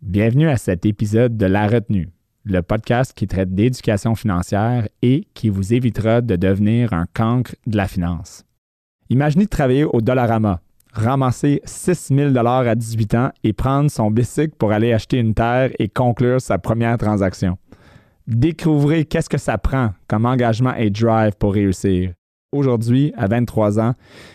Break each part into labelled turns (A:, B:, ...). A: Bienvenue à cet épisode de La Retenue, le podcast qui traite d'éducation financière et qui vous évitera de devenir un cancre de la finance. Imaginez de travailler au Dollarama, ramasser 6 000 à 18 ans et prendre son bicycle pour aller acheter une terre et conclure sa première transaction. Découvrez qu'est-ce que ça prend comme engagement et drive pour réussir. Aujourd'hui, à 23 ans,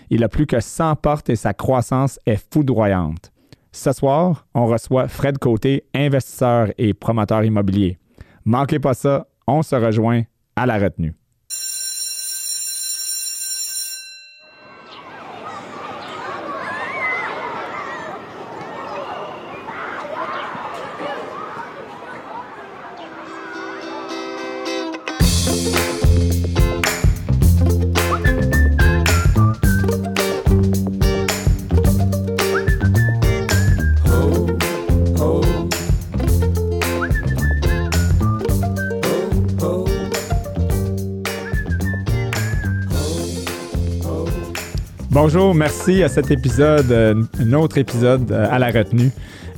A: il a plus que 100 portes et sa croissance est foudroyante. Ce soir, on reçoit Fred Côté, investisseur et promoteur immobilier. Manquez pas ça, on se rejoint à la retenue. Bonjour, merci à cet épisode, euh, un autre épisode euh, à la retenue.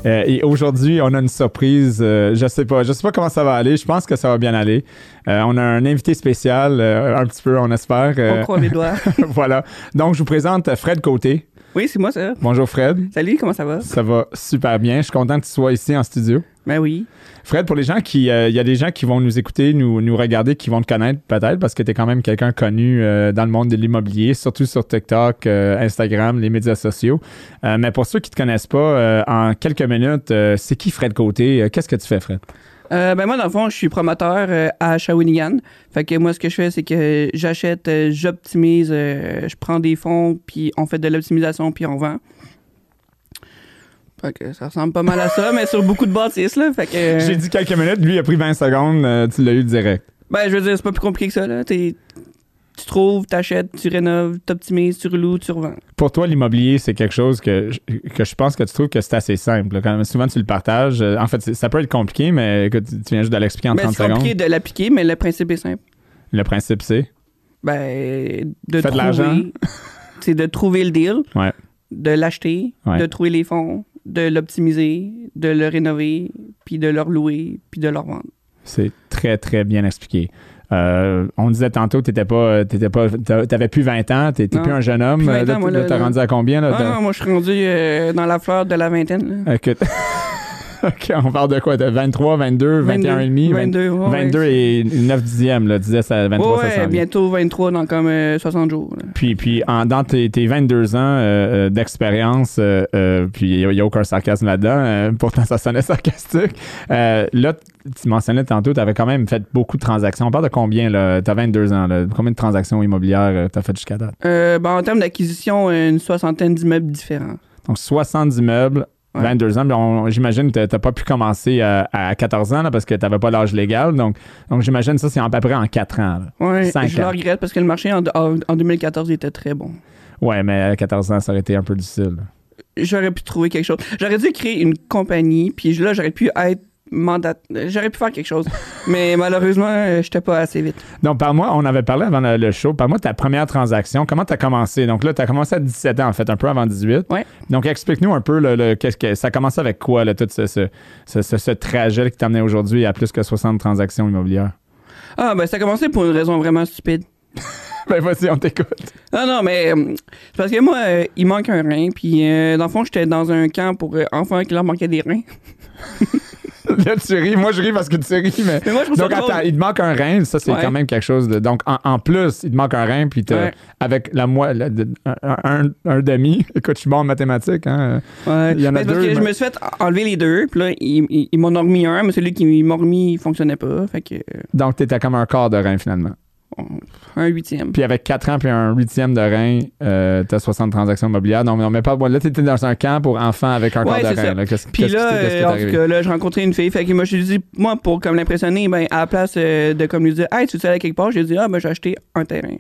A: Euh, et aujourd'hui, on a une surprise. euh, je sais pas, je sais pas comment ça va aller. Je pense que ça va bien aller. Euh, on a un invité spécial, euh, un petit peu, on espère.
B: On
A: Euh,
B: croise les doigts.
A: voilà. Donc, je vous présente Fred Côté.
B: Oui, c'est moi, ça.
A: Bonjour Fred.
B: Salut, comment ça va?
A: Ça va super bien. Je suis content que tu sois ici en studio.
B: Ben oui.
A: Fred, pour les gens qui, euh, il y a des gens qui vont nous écouter, nous, nous regarder, qui vont te connaître peut-être parce que tu es quand même quelqu'un connu euh, dans le monde de l'immobilier, surtout sur TikTok, euh, Instagram, les médias sociaux. Euh, mais pour ceux qui te connaissent pas, euh, en quelques minutes, euh, c'est qui Fred Côté? Euh, Qu'est-ce que tu fais, Fred?
B: Euh, ben moi, dans le fond, je suis promoteur euh, à Shawinigan. Fait que moi, ce que je fais, c'est que j'achète, euh, j'optimise, euh, je prends des fonds, puis on fait de l'optimisation, puis on vend. Fait que ça ressemble pas mal à ça, mais sur beaucoup de bâtisses, là. Fait que... euh,
A: J'ai dit quelques minutes, lui il a pris 20 secondes, euh, tu l'as eu direct.
B: Ben, je veux dire, c'est pas plus compliqué que ça, là. T'es- Tu trouves, t'achètes, tu rénoves, t'optimises, tu reloues, tu revends.
A: Pour toi, l'immobilier, c'est quelque chose que je, que je pense que tu trouves que c'est assez simple. là. Quand, souvent, tu le partages. Euh, En fait, c'est- ça peut être compliqué, mais écoute, tu tu viens juste de l'expliquer en
B: Ben,
A: 30
B: c'est compliqué
A: secondes.
B: de l'appliquer, mais le principe est simple.
A: Le principe, c'est.
B: ben, de
A: Fais de
B: trouver,
A: l'argent.
B: c'est de trouver le deal,
A: Ouais.
B: de l'acheter,
A: Ouais.
B: de trouver les fonds, de l'optimiser, de le rénover, puis de le relouer, puis de le revendre.
A: C'est très, très bien expliqué. Euh, on disait tantôt, tu pas, t'étais pas, t'a- t'avais plus 20 ans, tu
B: Non.
A: plus un jeune homme.
B: Plus 20
A: Euh, là,
B: ans, moi,
A: t- là,
B: là,
A: t'as
B: là.
A: rendu à combien? Là,
B: Ah, non, moi, je suis rendu euh, dans la fleur de la vingtaine. là.
A: t'as- Écoute. OK, on parle de quoi? De 23, 22, 21 et demi? 22,
B: 22, ouais,
A: 22
B: ouais.
A: et 9 dixièmes, là, disait ça, 23,
B: Ouais,
A: ça s'en vient.
B: bientôt 23 dans comme euh, 60 jours. là.
A: Puis, puis en, dans tes, tes 22 ans euh, euh, d'expérience, euh, euh, puis il n'y a, aucun sarcasme là-dedans, euh, pourtant ça sonnait sarcastique. Euh, là, t- tu mentionnais tantôt, tu avais quand même fait beaucoup de transactions. On parle de combien, là? Tu as 22 ans, là. Combien de transactions immobilières tu as faites jusqu'à date?
B: Euh, ben, en termes d'acquisition, euh, une soixantaine d'immeubles différents.
A: Donc, 70 immeubles,
B: Ouais.
A: 22 ans. Puis on- J'imagine que tu pas pu commencer à, à 14 ans, là, parce que tu n'avais pas l'âge légal. Donc, donc j'imagine ça, c'est à peu près en 4 ans, là.
B: Ouais,
A: Cinq
B: je le
A: ans.
B: regrette parce que le marché en, en- en 2014 était très bon.
A: Ouais, mais à 14 ans, ça aurait été un peu difficile.
B: j'aurais pu trouver quelque chose. J'aurais dû créer une compagnie, puis là, j'aurais pu être mandat. J'aurais pu faire quelque chose. Mais malheureusement, euh, j'étais pas assez vite.
A: Donc, par moi, on avait parlé avant le, le show. Par moi, ta première transaction, comment tu as commencé? Donc là, tu as commencé à 17 ans, en fait, un peu avant 18.
B: Ouais.
A: Donc, explique-nous un peu, le, le- qu'est-ce que, ça a commencé avec quoi, là, tout ce, ce, ce- ce- ce trajet qui t'amenait aujourd'hui à plus que 60 transactions immobilières?
B: Ah, ben, ça a commencé pour une raison vraiment stupide.
A: ben, vas-y, on t'écoute.
B: Non, non, mais euh, c'est parce que moi, euh, il manque un rein, puis euh, dans le fond, j'étais dans un camp pour euh, enfants qui leur manquaient des reins.
A: là, tu ris. Moi, je ris parce que tu ris, mais.
B: Mais moi, je trouve ça
A: Donc,
B: drôle.
A: attends, il te manque un rein, ça, c'est
B: Ouais.
A: quand même quelque chose de. Donc, en, en plus, il te manque un rein, puis t'as-
B: Ouais.
A: avec la moi, la- de- un, un- un demi. Écoute, je suis bon en mathématiques, hein.
B: Ouais.
A: Il y en a
B: Mais c'est parce
A: deux,
B: que je
A: mais-
B: me suis fait enlever les deux, puis là, ils, ils- ils m'en ont remis un, mais celui qui m'ont remis, il fonctionnait pas. Fait que, euh,
A: Donc, t'étais comme un quart de rein, finalement.
B: un huitième.
A: Puis avec 4 ans puis un huitième de rein, euh, t'as 60 transactions immobilières. Non, mais on met pas. Là, t'étais dans un camp pour enfants avec un
B: Ouais,
A: quart de
B: c'est
A: rein.
B: ça.
A: là. Qu'est-ce
B: Puis
A: qu'est-ce qui
B: là,
A: t'est- qu'est-ce qui t'est
B: euh, en
A: arrivé?
B: tout cas, là, j'ai rencontré une fille. Fait que moi, je lui ai dit, moi, pour comme l'impressionner, ben, à la place euh, de comme lui dire, hey, tu veux aller quelque part, j'ai dit, ah, ben, j'ai acheté un terrain.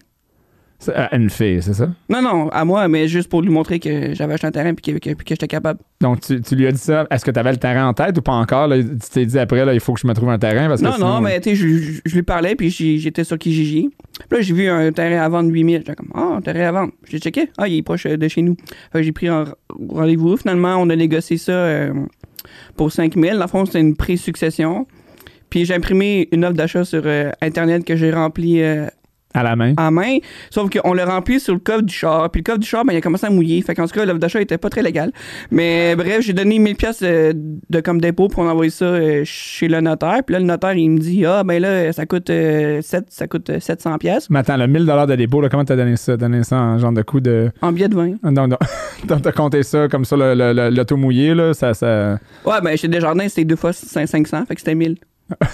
A: C'est, euh, une fille, c'est ça?
B: Non, non, à moi, mais juste pour lui montrer que j'avais acheté un terrain puis que, que- puis que j'étais capable.
A: Donc, tu, tu lui as dit ça. Est-ce que t'avais le terrain en tête ou pas encore? là? Tu t'es dit après, là, il faut que je me trouve un terrain parce que.
B: non,
A: sinon, euh,
B: non, mais tu sais, je, je- je lui parlais puis j'ai- j'étais sur Kijiji. Puis là, j'ai vu un terrain à vendre 8000. J'étais comme, ah, un terrain à vendre. J'ai checké, ah, il est proche euh, de chez nous. Fait que j'ai pris un r- rendez-vous. Finalement, on a négocié ça. euh, pour 5 000. Dans le fond, c'était une pré-succession. Puis j'ai imprimé une offre d'achat sur euh, Internet que j'ai remplie euh,
A: À la main.
B: à main. Sauf qu'on l'a rempli sur le coffre du char. Puis le coffre du char, ben, il a commencé à mouiller. Fait qu'en tout cas, l'offre d'achat était pas très légale. Mais bref, j'ai donné 1000 pièces de comme dépôt pour envoyer ça euh, chez le notaire. Puis là, le notaire, il me dit Ah, ben là, ça coûte, euh, sept- ça coûte euh, 700 pièces
A: Mais attends, le 1000 de dépôt, là, comment t'as donné ça? Donné ça en genre de coup de.
B: en billet de vin.
A: Non, non. Donc, t'as compté ça comme ça, le- le- le- l'auto mouillé, là, ça. ça...
B: Ouais, ben chez Desjardins, c'était deux fois cin- 500. Fait que c'était 1000.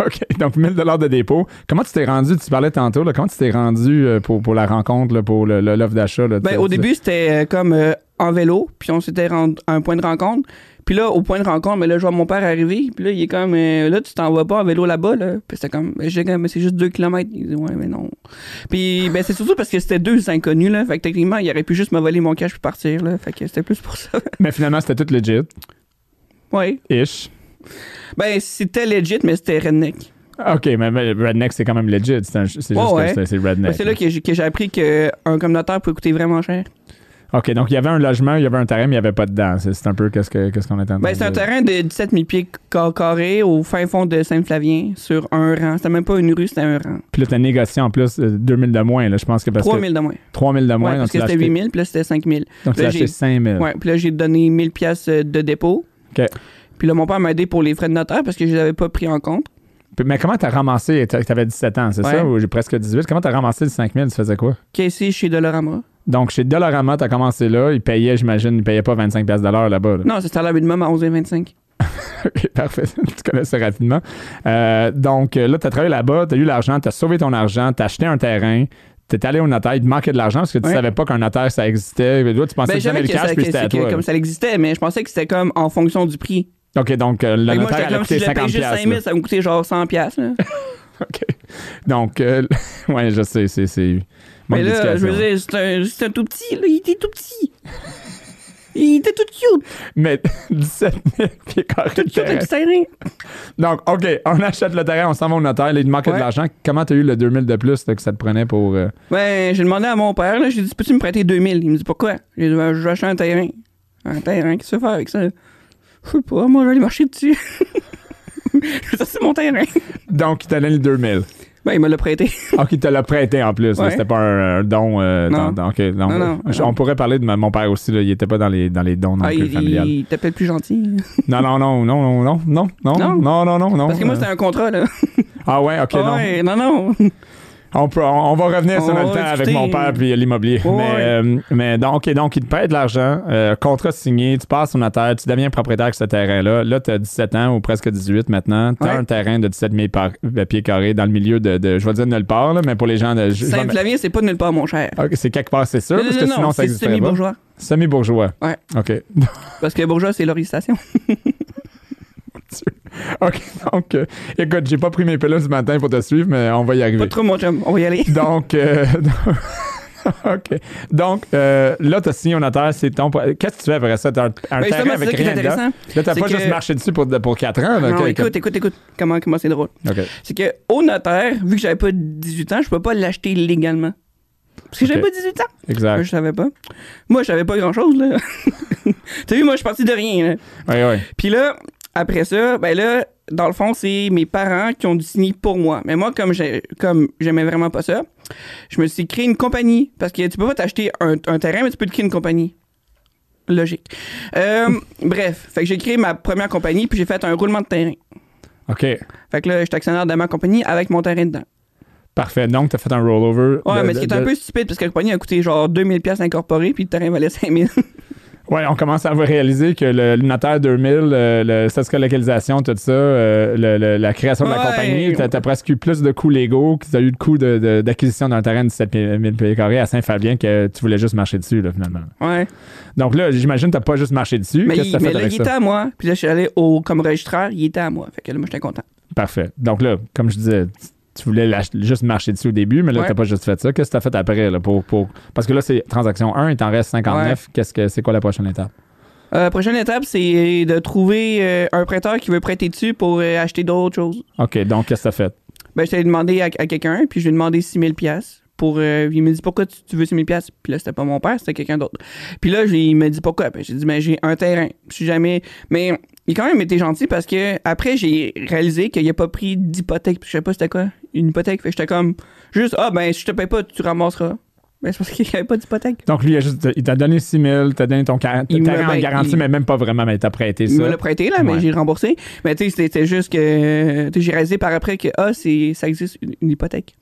A: OK. Donc, 1000 de dépôt. Comment tu t'es rendu? Tu parlais tantôt, là, comment tu t'es rendu euh, pour, pour la rencontre, là, pour le- le- l'offre d'achat? là,
B: Ben,
A: tu-
B: au
A: tu-
B: début, c'était euh, comme euh, en vélo, puis on s'était rendu à un point de rencontre. Puis là, au point de rencontre, mais là, je vois mon père arriver, puis là, il est comme, euh, là, tu t'en vas pas en vélo là-bas, là. Puis c'était comme, ben, j'ai comme, mais c'est juste deux kilomètres. Il dit, ouais, mais non. Puis, ben, c'est surtout parce que c'était deux inconnus, là. Fait que techniquement, il aurait pu juste me voler mon cash puis partir, là. Fait que c'était plus pour ça.
A: Mais finalement, c'était tout legit.
B: ouais.
A: Ish.
B: Ben, c'était legit, mais c'était redneck.
A: OK, mais, mais redneck, c'est quand même legit. C'est un- c'est juste
B: Ouais,
A: que
B: ouais.
A: c'est- c'est
B: Ben,
A: redneck.
B: c'est là que j'ai que j'ai appris qu'un communautaire peut coûter vraiment cher. Ben,
A: OK, donc il y avait un logement, il y avait un terrain, mais il n'y avait pas de dents. C'est c'est un peu qu'est-ce que- qu'est-ce qu'on attend.
B: Ben, c'est un terrain de 17 000 pieds ca- carrés au fin fond de Saint-Flavien, sur un rang. C'était même pas une rue, c'était un rang.
A: Puis là, tu as négocié en plus euh, 2000 de moins, là, je pense que parce
B: 3 000 de moins.
A: que 3000 de moins.
B: Ouais,
A: donc
B: parce
A: tu
B: que
A: l'as
B: c'était
A: acheté,
B: 8 000, puis là, c'était 5 000.
A: donc tu
B: Là,
A: l'as
B: j'ai-
A: acheté 5000.
B: Ouais, puis là, j'ai donné 1 000 piastres, euh, de dépôt.
A: OK.
B: Puis là, mon père m'a aidé pour les frais de notaire parce que je les avais pas pris en compte.
A: Puis- Mais comment t'as ramassé, t'as- t'avais 17 ans, c'est
B: Ouais.
A: ça, ou j'ai presque 18, comment t'as ramassé le 5000, tu faisais quoi?
B: Caissier chez Dolorama.
A: Donc chez Dollarama, t'as commencé là, ils payaient, j'imagine, ils payaient pas 25 piastres de l'heure là-bas. là.
B: Non, c'est salaire minimum à 11 25.
A: OK, parfait, tu connais ça rapidement. Euh, donc euh, là, t'as travaillé là-bas, t'as eu l'argent, t'as sauvé ton argent, t'as acheté un terrain, t'es allé au notaire, il te manquait de l'argent parce que tu
B: Ouais.
A: savais pas qu'un notaire, ça existait. Toi, tu pensais
B: Ben,
A: que t'avais
B: j'avais
A: le
B: que,
A: cash,
B: ça,
A: puis
B: que-
A: c'était à
B: que-
A: toi. là.
B: comme ça existait, mais je pensais que c'était comme en fonction du prix.
A: OK, donc euh, le
B: Fait que Ben, moi,
A: notaire,
B: j'étais
A: elle a
B: comme si
A: coûté
B: j'avais
A: 50
B: juste 5 000,
A: piastres.
B: ça me coûtait genre 100 piastres, là.
A: OK. Donc, euh, ouais, je sais, c'est. c'est... manque
B: Mais là, je
A: d'éducation. Ben,
B: veux dire, c'est un, c'est un tout petit, là. Il était tout petit. Il était tout cute.
A: Mais 17 000 pieds carrés de
B: Tout cute,
A: terrain.
B: un petit terrain.
A: Donc, OK, on achète le terrain, on s'en va au notaire, là, il te manquait de
B: Ouais.
A: l'argent. Comment t'as eu le 2000 de plus là, que ça te prenait pour. euh,
B: Ben, j'ai demandé à mon père, là, j'ai dit, peux-tu me prêter 2000? Il me dit, pourquoi? J'ai dit, ben, je vais acheter un terrain. Un terrain, qu'est-ce que tu veux faire avec ça? Je sais pas, moi, je vais aller marcher dessus. ça, c'est mon terrain.
A: Donc, il t'a donné le 2000.
B: Ben, il me l'a prêté.
A: OK, il te l'a prêté en plus. là,
B: Ouais.
A: C'était pas un, un don. euh,
B: Non.
A: dans- dans- OK, donc,
B: Non, non,
A: je-
B: non.
A: On pourrait parler de ma- mon père aussi, là, il était pas dans les, dans les dons non
B: Ah,
A: plus
B: il,
A: familiales.
B: il était peut-être plus gentil.
A: Non, non, non, non, non, non, non, non,
B: Non.
A: non, non, non, non.
B: Parce que moi,
A: euh,
B: c'était un contrat, là.
A: Ah ouais, OK, non.
B: ouais, non, non.
A: On, peut- on- on va revenir sur
B: On
A: notre
B: va
A: temps avec
B: discuter.
A: mon père puis l'immobilier.
B: Ouais.
A: Mais, euh, mais donc, OK, donc, il te paie de l'argent, euh, contrat signé, tu passes sur notaire, tu deviens propriétaire de ce terrain-là. Là, tu as 17 ans ou presque 18 maintenant. Tu as
B: Ouais.
A: un terrain de 17 000 par- euh, pieds carrés dans le milieu de, de- je vais dire nulle part, là, mais pour les gens de. je- je vais mettre-
B: Saint-Flavien, c'est pas nulle part, mon cher.
A: OK, c'est quelque part, c'est sûr,
B: Non,
A: parce
B: non,
A: que
B: non,
A: sinon, ça
B: c'est
A: n'existerait pas.
B: semi-bourgeois.
A: Semi-bourgeois.
B: Ouais.
A: OK.
B: Parce que bourgeois, c'est l'orientation.
A: OK, donc, euh, écoute, j'ai pas pris mes pilules ce matin pour te suivre, mais on va y
B: Pas
A: arriver.
B: trop, mon chum. On va y aller.
A: Donc, euh, OK. Donc, euh, là, t'as signé au notaire, c'est ton. Qu'est-ce que tu fais après ça? T'as un, un
B: Ben,
A: terrain
B: justement, c'est
A: avec
B: ça qui est
A: rien dedans. Là,
B: intéressant.
A: t'as
B: C'est
A: pas
B: que-
A: juste marché dessus pour, pour 4 ans. là,
B: Non,
A: que-
B: écoute, écoute, écoute. Comment, comment c'est drôle.
A: OK.
B: C'est que au notaire, vu que j'avais pas 18 ans, je peux pas l'acheter légalement. Parce que j'avais
A: Ok. Ah.
B: pas 18 ans. Moi,
A: Exact.
B: je savais pas. Moi, je savais pas grand-chose, là. T'as vu, moi, je suis parti de rien, là.
A: Oui, oui.
B: Puis là, après ça, ben là, dans le fond, c'est mes parents qui ont dû signer pour moi. Mais moi, comme j'ai- comme j'aimais vraiment pas ça, je me suis créé une compagnie. Parce que tu peux pas t'acheter un, un terrain, mais tu peux te créer une compagnie. Logique. Euh, bref, fait que j'ai créé ma première compagnie, puis j'ai fait un roulement de terrain.
A: OK.
B: Fait que là, je suis actionnaire de ma compagnie avec mon terrain dedans.
A: Parfait. Donc, t'as fait un rollover.
B: Ouais,
A: de-
B: mais ce qui
A: de-
B: est un
A: de-
B: peu stupide parce que la compagnie a coûté genre 2000 pièces incorporées puis le terrain valait 5000.
A: Ouais, on commence à réaliser que le, le notaire 2000, euh, le statut de localisation, tout ça, euh, le- le- la création de la
B: Ouais.
A: compagnie, t'as as presque eu plus de coûts légaux que t'as eu de coûts de- de- d'acquisition d'un terrain de 17 000 pieds carrés à Saint-Fabien que tu voulais juste marcher dessus, là, finalement.
B: Ouais.
A: Donc là, j'imagine que t'as pas juste marché dessus.
B: mais
A: Qu'est-ce que
B: il,
A: t'as
B: mais
A: fait
B: là,
A: avec
B: il
A: ça?
B: était à moi. Puis là, je suis allé au, comme registraire, il était à moi. Fait que là, moi, j'étais content.
A: Parfait. Donc là, comme je disais, tu- tu voulais lâch- juste marcher dessus au début, mais là,
B: Ouais.
A: t'as pas juste fait ça. Qu'est-ce que t'as fait après? Là, pour, pour... Parce que là, c'est transaction 1, il t'en reste 59. Qu'est-ce que c'est quoi la prochaine étape?
B: Euh, prochaine étape, c'est de trouver euh, un prêteur qui veut prêter dessus pour euh, acheter d'autres choses.
A: OK, donc qu'est-ce que t'as fait?
B: Ben, je t'ai demandé à, à quelqu'un, puis je lui ai demandé 6000 pièces pour euh, il me dit pourquoi tu, tu veux 6000 pièces puis là c'était pas mon père c'était quelqu'un d'autre puis là je lui- il me dit pourquoi ben, j'ai dit ben j'ai un terrain si jamais mais Il a quand même été gentil parce que après j'ai réalisé qu'il a pas pris d'hypothèque. Je sais pas c'était quoi une hypothèque. Fait que j'étais comme juste ah ben si je te paye pas tu ramasseras. Mais c'est parce qu'il n'y avait pas d'hypothèque.
A: Donc, lui, il a juste- il t'a donné 6 000, t'a donné ton quar-
B: Il
A: t'as
B: me-
A: en
B: ben,
A: garantie,
B: il-
A: mais même pas vraiment, mais t'as prêté
B: Il me
A: ça.
B: l'a prêté là, mais
A: Ouais.
B: j'ai remboursé. Mais tu sais c'était- c'était juste que euh, tu sais, j'ai réalisé par après que ah c'est ça existe une, une hypothèque.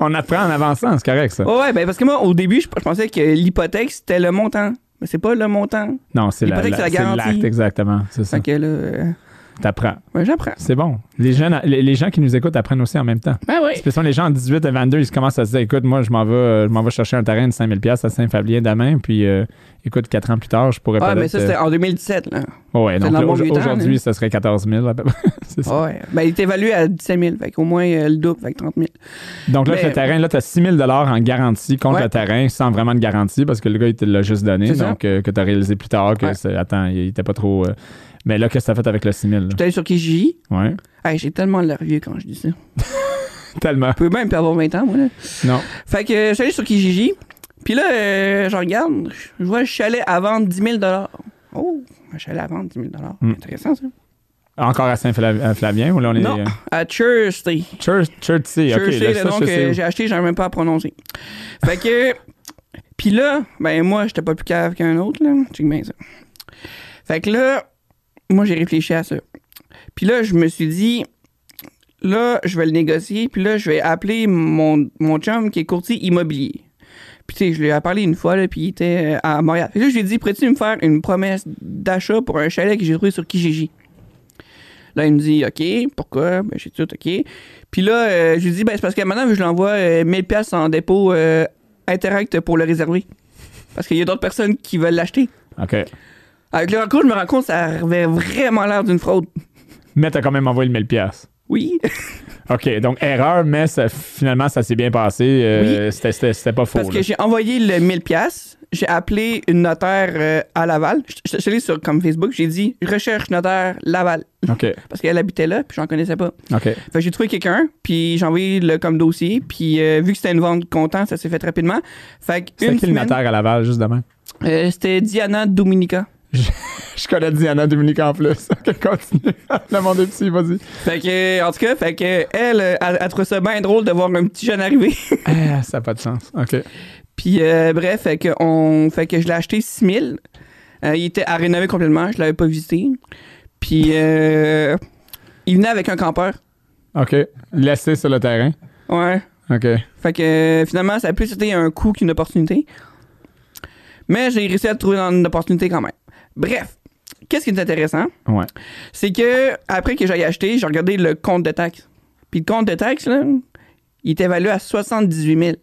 A: On apprend en avançant, c'est correct, ça.
B: Ouais, ouais ben parce que moi au début je, je pensais que l'hypothèque c'était le montant. Mais c'est pas le montant.
A: Non, c'est la,
B: L'hypothèque,
A: la-
B: c'est la
A: c'est
B: garantie.
A: l'acte, exactement. C'est ça.
B: Fait que là, euh,
A: T'apprends.
B: ben, j'apprends.
A: C'est bon. Les, jeunes, les, les gens qui nous écoutent apprennent aussi en même temps.
B: Ben oui.
A: Puis, les gens en 18 à 22, ils se commencent à se dire écoute, moi, je m'en vais, euh, je m'en vais chercher un terrain de 5000 pièces à Saint-Fabien demain, puis euh, écoute, 4 ans plus tard, je pourrais
B: Ah, mais
A: peut-être,
B: ça, c'était en 2017, là.
A: euh, ouais, donc
B: dans
A: là,
B: mon
A: au-
B: huit ans,
A: aujourd'hui,
B: là.
A: ça serait 14 000 à peu près. C'est ça.
B: Ouais. Ben, il est évalué à 17 000, fait qu'au moins euh, le double, fait que 30 000.
A: Donc là,
B: Mais-
A: le terrain, là, tu as 6 000 en garantie contre
B: Ouais.
A: le terrain sans vraiment de garantie parce que le gars, il te l'a juste donné.
B: C'est ça.
A: Donc, euh, que tu as réalisé plus tard que,
B: Ouais.
A: c'est- attends, il était pas trop. euh, Mais là, qu'est-ce que tu as fait avec le 6 000? là?
B: J'étais allé sur KGI.
A: Ouais.
B: Hey, j'ai tellement l'air vieux quand je dis ça. Je
A: Tellement.
B: peux même plus avoir 20 ans, moi, là.
A: Non.
B: Fait que euh, j'étais allé sur Kijiji. Puis là, euh, je regarde, je vois le chalet à vendre 10 000 Oh, un chalet à vendre 10 000
A: Mm.
B: Intéressant, ça.
A: Encore à Saint-Flavien ou là, on est. euh,
B: Non, à Thursday.
A: Church, Churchy, ok.
B: Thursday,
A: là,
B: là,
A: ça,
B: donc,
A: je sais
B: euh,
A: où.
B: j'ai acheté, j'arrive même pas à prononcer. Fait que. Puis là, ben moi, j'étais pas plus cave qu'un autre, là. Tu sais bien ça. Fait que là, moi, j'ai réfléchi à ça. Puis là, je me suis dit, là, je vais le négocier, puis là, je vais appeler mon, mon chum qui est courtier immobilier. Puis tu sais, je lui ai parlé une fois, là, puis il était euh, à Montréal. Fait que là, je lui ai dit, pourrais-tu me faire une promesse d'achat pour un chalet que j'ai trouvé sur Kijiji? Là, il me dit, OK, pourquoi? Ben, j'ai dit, OK. Puis là, euh, je lui dis, ben, c'est parce que maintenant, je l'envoie euh, 1000 pièces en dépôt euh, Interact pour le réserver. Parce qu'il y a d'autres personnes qui veulent l'acheter.
A: OK.
B: Avec le recours, je me rends compte, ça avait vraiment l'air d'une fraude.
A: Mais t'as quand même envoyé le 1000 pièces.
B: Oui,
A: OK, donc erreur, mais ça- finalement, ça s'est bien passé. euh, c'était- C'était c'était pas faux.
B: parce
A: là.
B: que j'ai envoyé le 1000 pièces, j'ai appelé une notaire euh, à Laval. Je- Je je suis allé sur comme Facebook, j'ai dit je recherche notaire Laval
A: OK,
B: parce qu'elle habitait là, puis j'en connaissais pas.
A: OK.
B: Fait que j'ai trouvé quelqu'un, puis j'ai envoyé le comme dossier, puis euh, vu que c'était une vente comptant, ça s'est fait rapidement. Fait que
A: C'était
B: une
A: qui le
B: semaine,
A: notaire à Laval, juste demain?
B: euh, c'était Diana Dominica.
A: Je connais Diana Dominique en plus. OK, continue. Le monde est petit, vas-y.
B: Fait que, euh, en tout cas, fait que, elle, euh, elle, elle trouvait ça bien drôle de voir un petit jeune arriver.
A: Ah, ça n'a pas de sens. OK.
B: Puis, euh, bref, fait que, on, fait que je l'ai acheté 6000. Euh, il était à rénover complètement, je l'avais pas visité. Puis, euh, il venait avec un campeur.
A: OK. Laissé sur le terrain.
B: Ouais.
A: OK.
B: Fait que, euh, finalement, ça a plus été un coup qu'une opportunité. Mais j'ai réussi à le trouver dans une opportunité quand même. Bref, qu'est-ce qui est intéressant?
A: Ouais.
B: c'est que après que j'aille acheter, j'ai regardé le compte de taxe. Puis le compte de taxe, là, il est évalué à 78 000.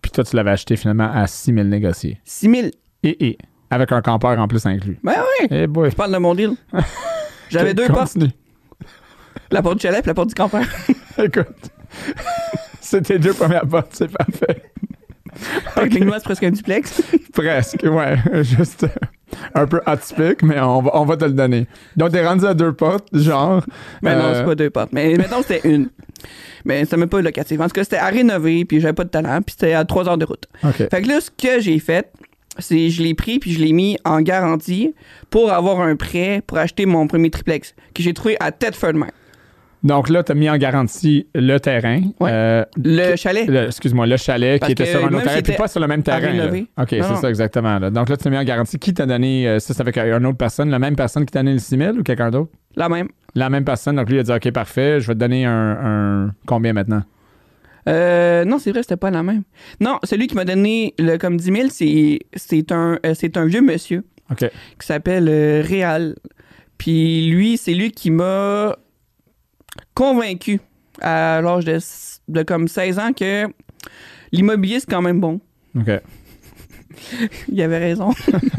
A: Puis toi, tu l'avais acheté finalement à 6 000 négociés.
B: 6 000.
A: Et, et. Avec un campeur en plus inclus.
B: Ben oui,
A: Eh boy.
B: je parle de mon deal. J'avais deux portes,
A: Continue.
B: la porte du chalet et la porte du campeur.
A: Écoute. C'était deux premières portes, c'est parfait.
B: Fait que Lignois, c'est presque un duplex.
A: Presque, ouais. Juste euh, un peu atypique, mais on va, on va te le donner. Donc, t'es rendu à deux portes, genre.
B: Mais non,
A: euh,
B: c'est pas deux portes. Mais mettons, c'était une. Mais c'était même pas locatif. En tout cas, c'était à rénover, puis j'avais pas de talent, puis c'était à 3 heures de route.
A: OK.
B: Fait que là, ce que j'ai fait, c'est je l'ai pris puis je l'ai mis en garantie pour avoir un prêt pour acheter mon premier triplex que j'ai trouvé à Thetford-Mine.
A: Donc là, t'as mis en garantie le terrain.
B: Ouais.
A: Euh,
B: Le chalet.
A: Le- Excuse-moi, le chalet
B: Parce
A: qui était
B: que
A: sur un autre
B: même
A: terrain,
B: s'il
A: puis
B: était
A: pas sur le même terrain. là.
B: rénover.
A: OK, c'est
B: Non, non.
A: ça, exactement. là. Donc là, tu t'es mis en garantie. Qui t'a donné, euh, ça, c'est avec une autre personne, la même personne qui t'a donné le 6 000 ou quelqu'un d'autre?
B: La même.
A: La même personne. Donc lui, il a dit, OK, parfait, je vais te donner un, un- combien maintenant?
B: Euh, non, c'est vrai, c'était pas la même. Non, celui qui m'a donné le comme 10 000, c'est, c'est, un, euh, c'est un vieux monsieur
A: OK.
B: qui s'appelle euh, Réal. Puis lui, c'est lui qui m'a convaincu à l'âge de, s- de comme 16 ans que l'immobilier, c'est quand même bon.
A: OK.
B: Il avait raison.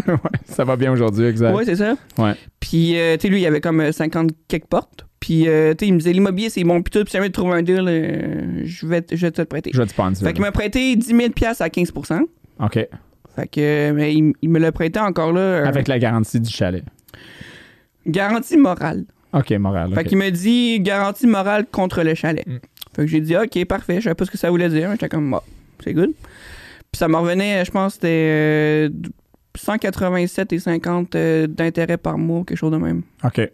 A: Ouais, ça va bien aujourd'hui, exact.
B: ouais, c'est ça.
A: Ouais.
B: Puis, euh, tu sais, lui, il avait comme euh, 50 quelques portes. Puis, euh, tu sais, il me disait, l'immobilier, c'est bon. Puis tout, puis si jamais tu trouves un deal, euh, je, vais, te- je vais te le prêter.
A: Je vais te prendre ça.
B: Fait qu'il m'a prêté 10 000 à 15
A: OK.
B: Fait que, euh, mais il, il me l'a prêté encore là. euh,
A: Avec la garantie du chalet.
B: Garantie morale.
A: OK, morale.
B: Fait
A: OK.
B: qu'il me dit garantie morale contre le chalet.
A: Mm.
B: Fait que j'ai dit, OK, parfait. Je savais pas ce que ça voulait dire. mais J'étais comme, bah, c'est good. Puis ça me revenait, je pense, c'était euh, 187 et 50 d'intérêt par mois ou quelque chose de même.
A: OK.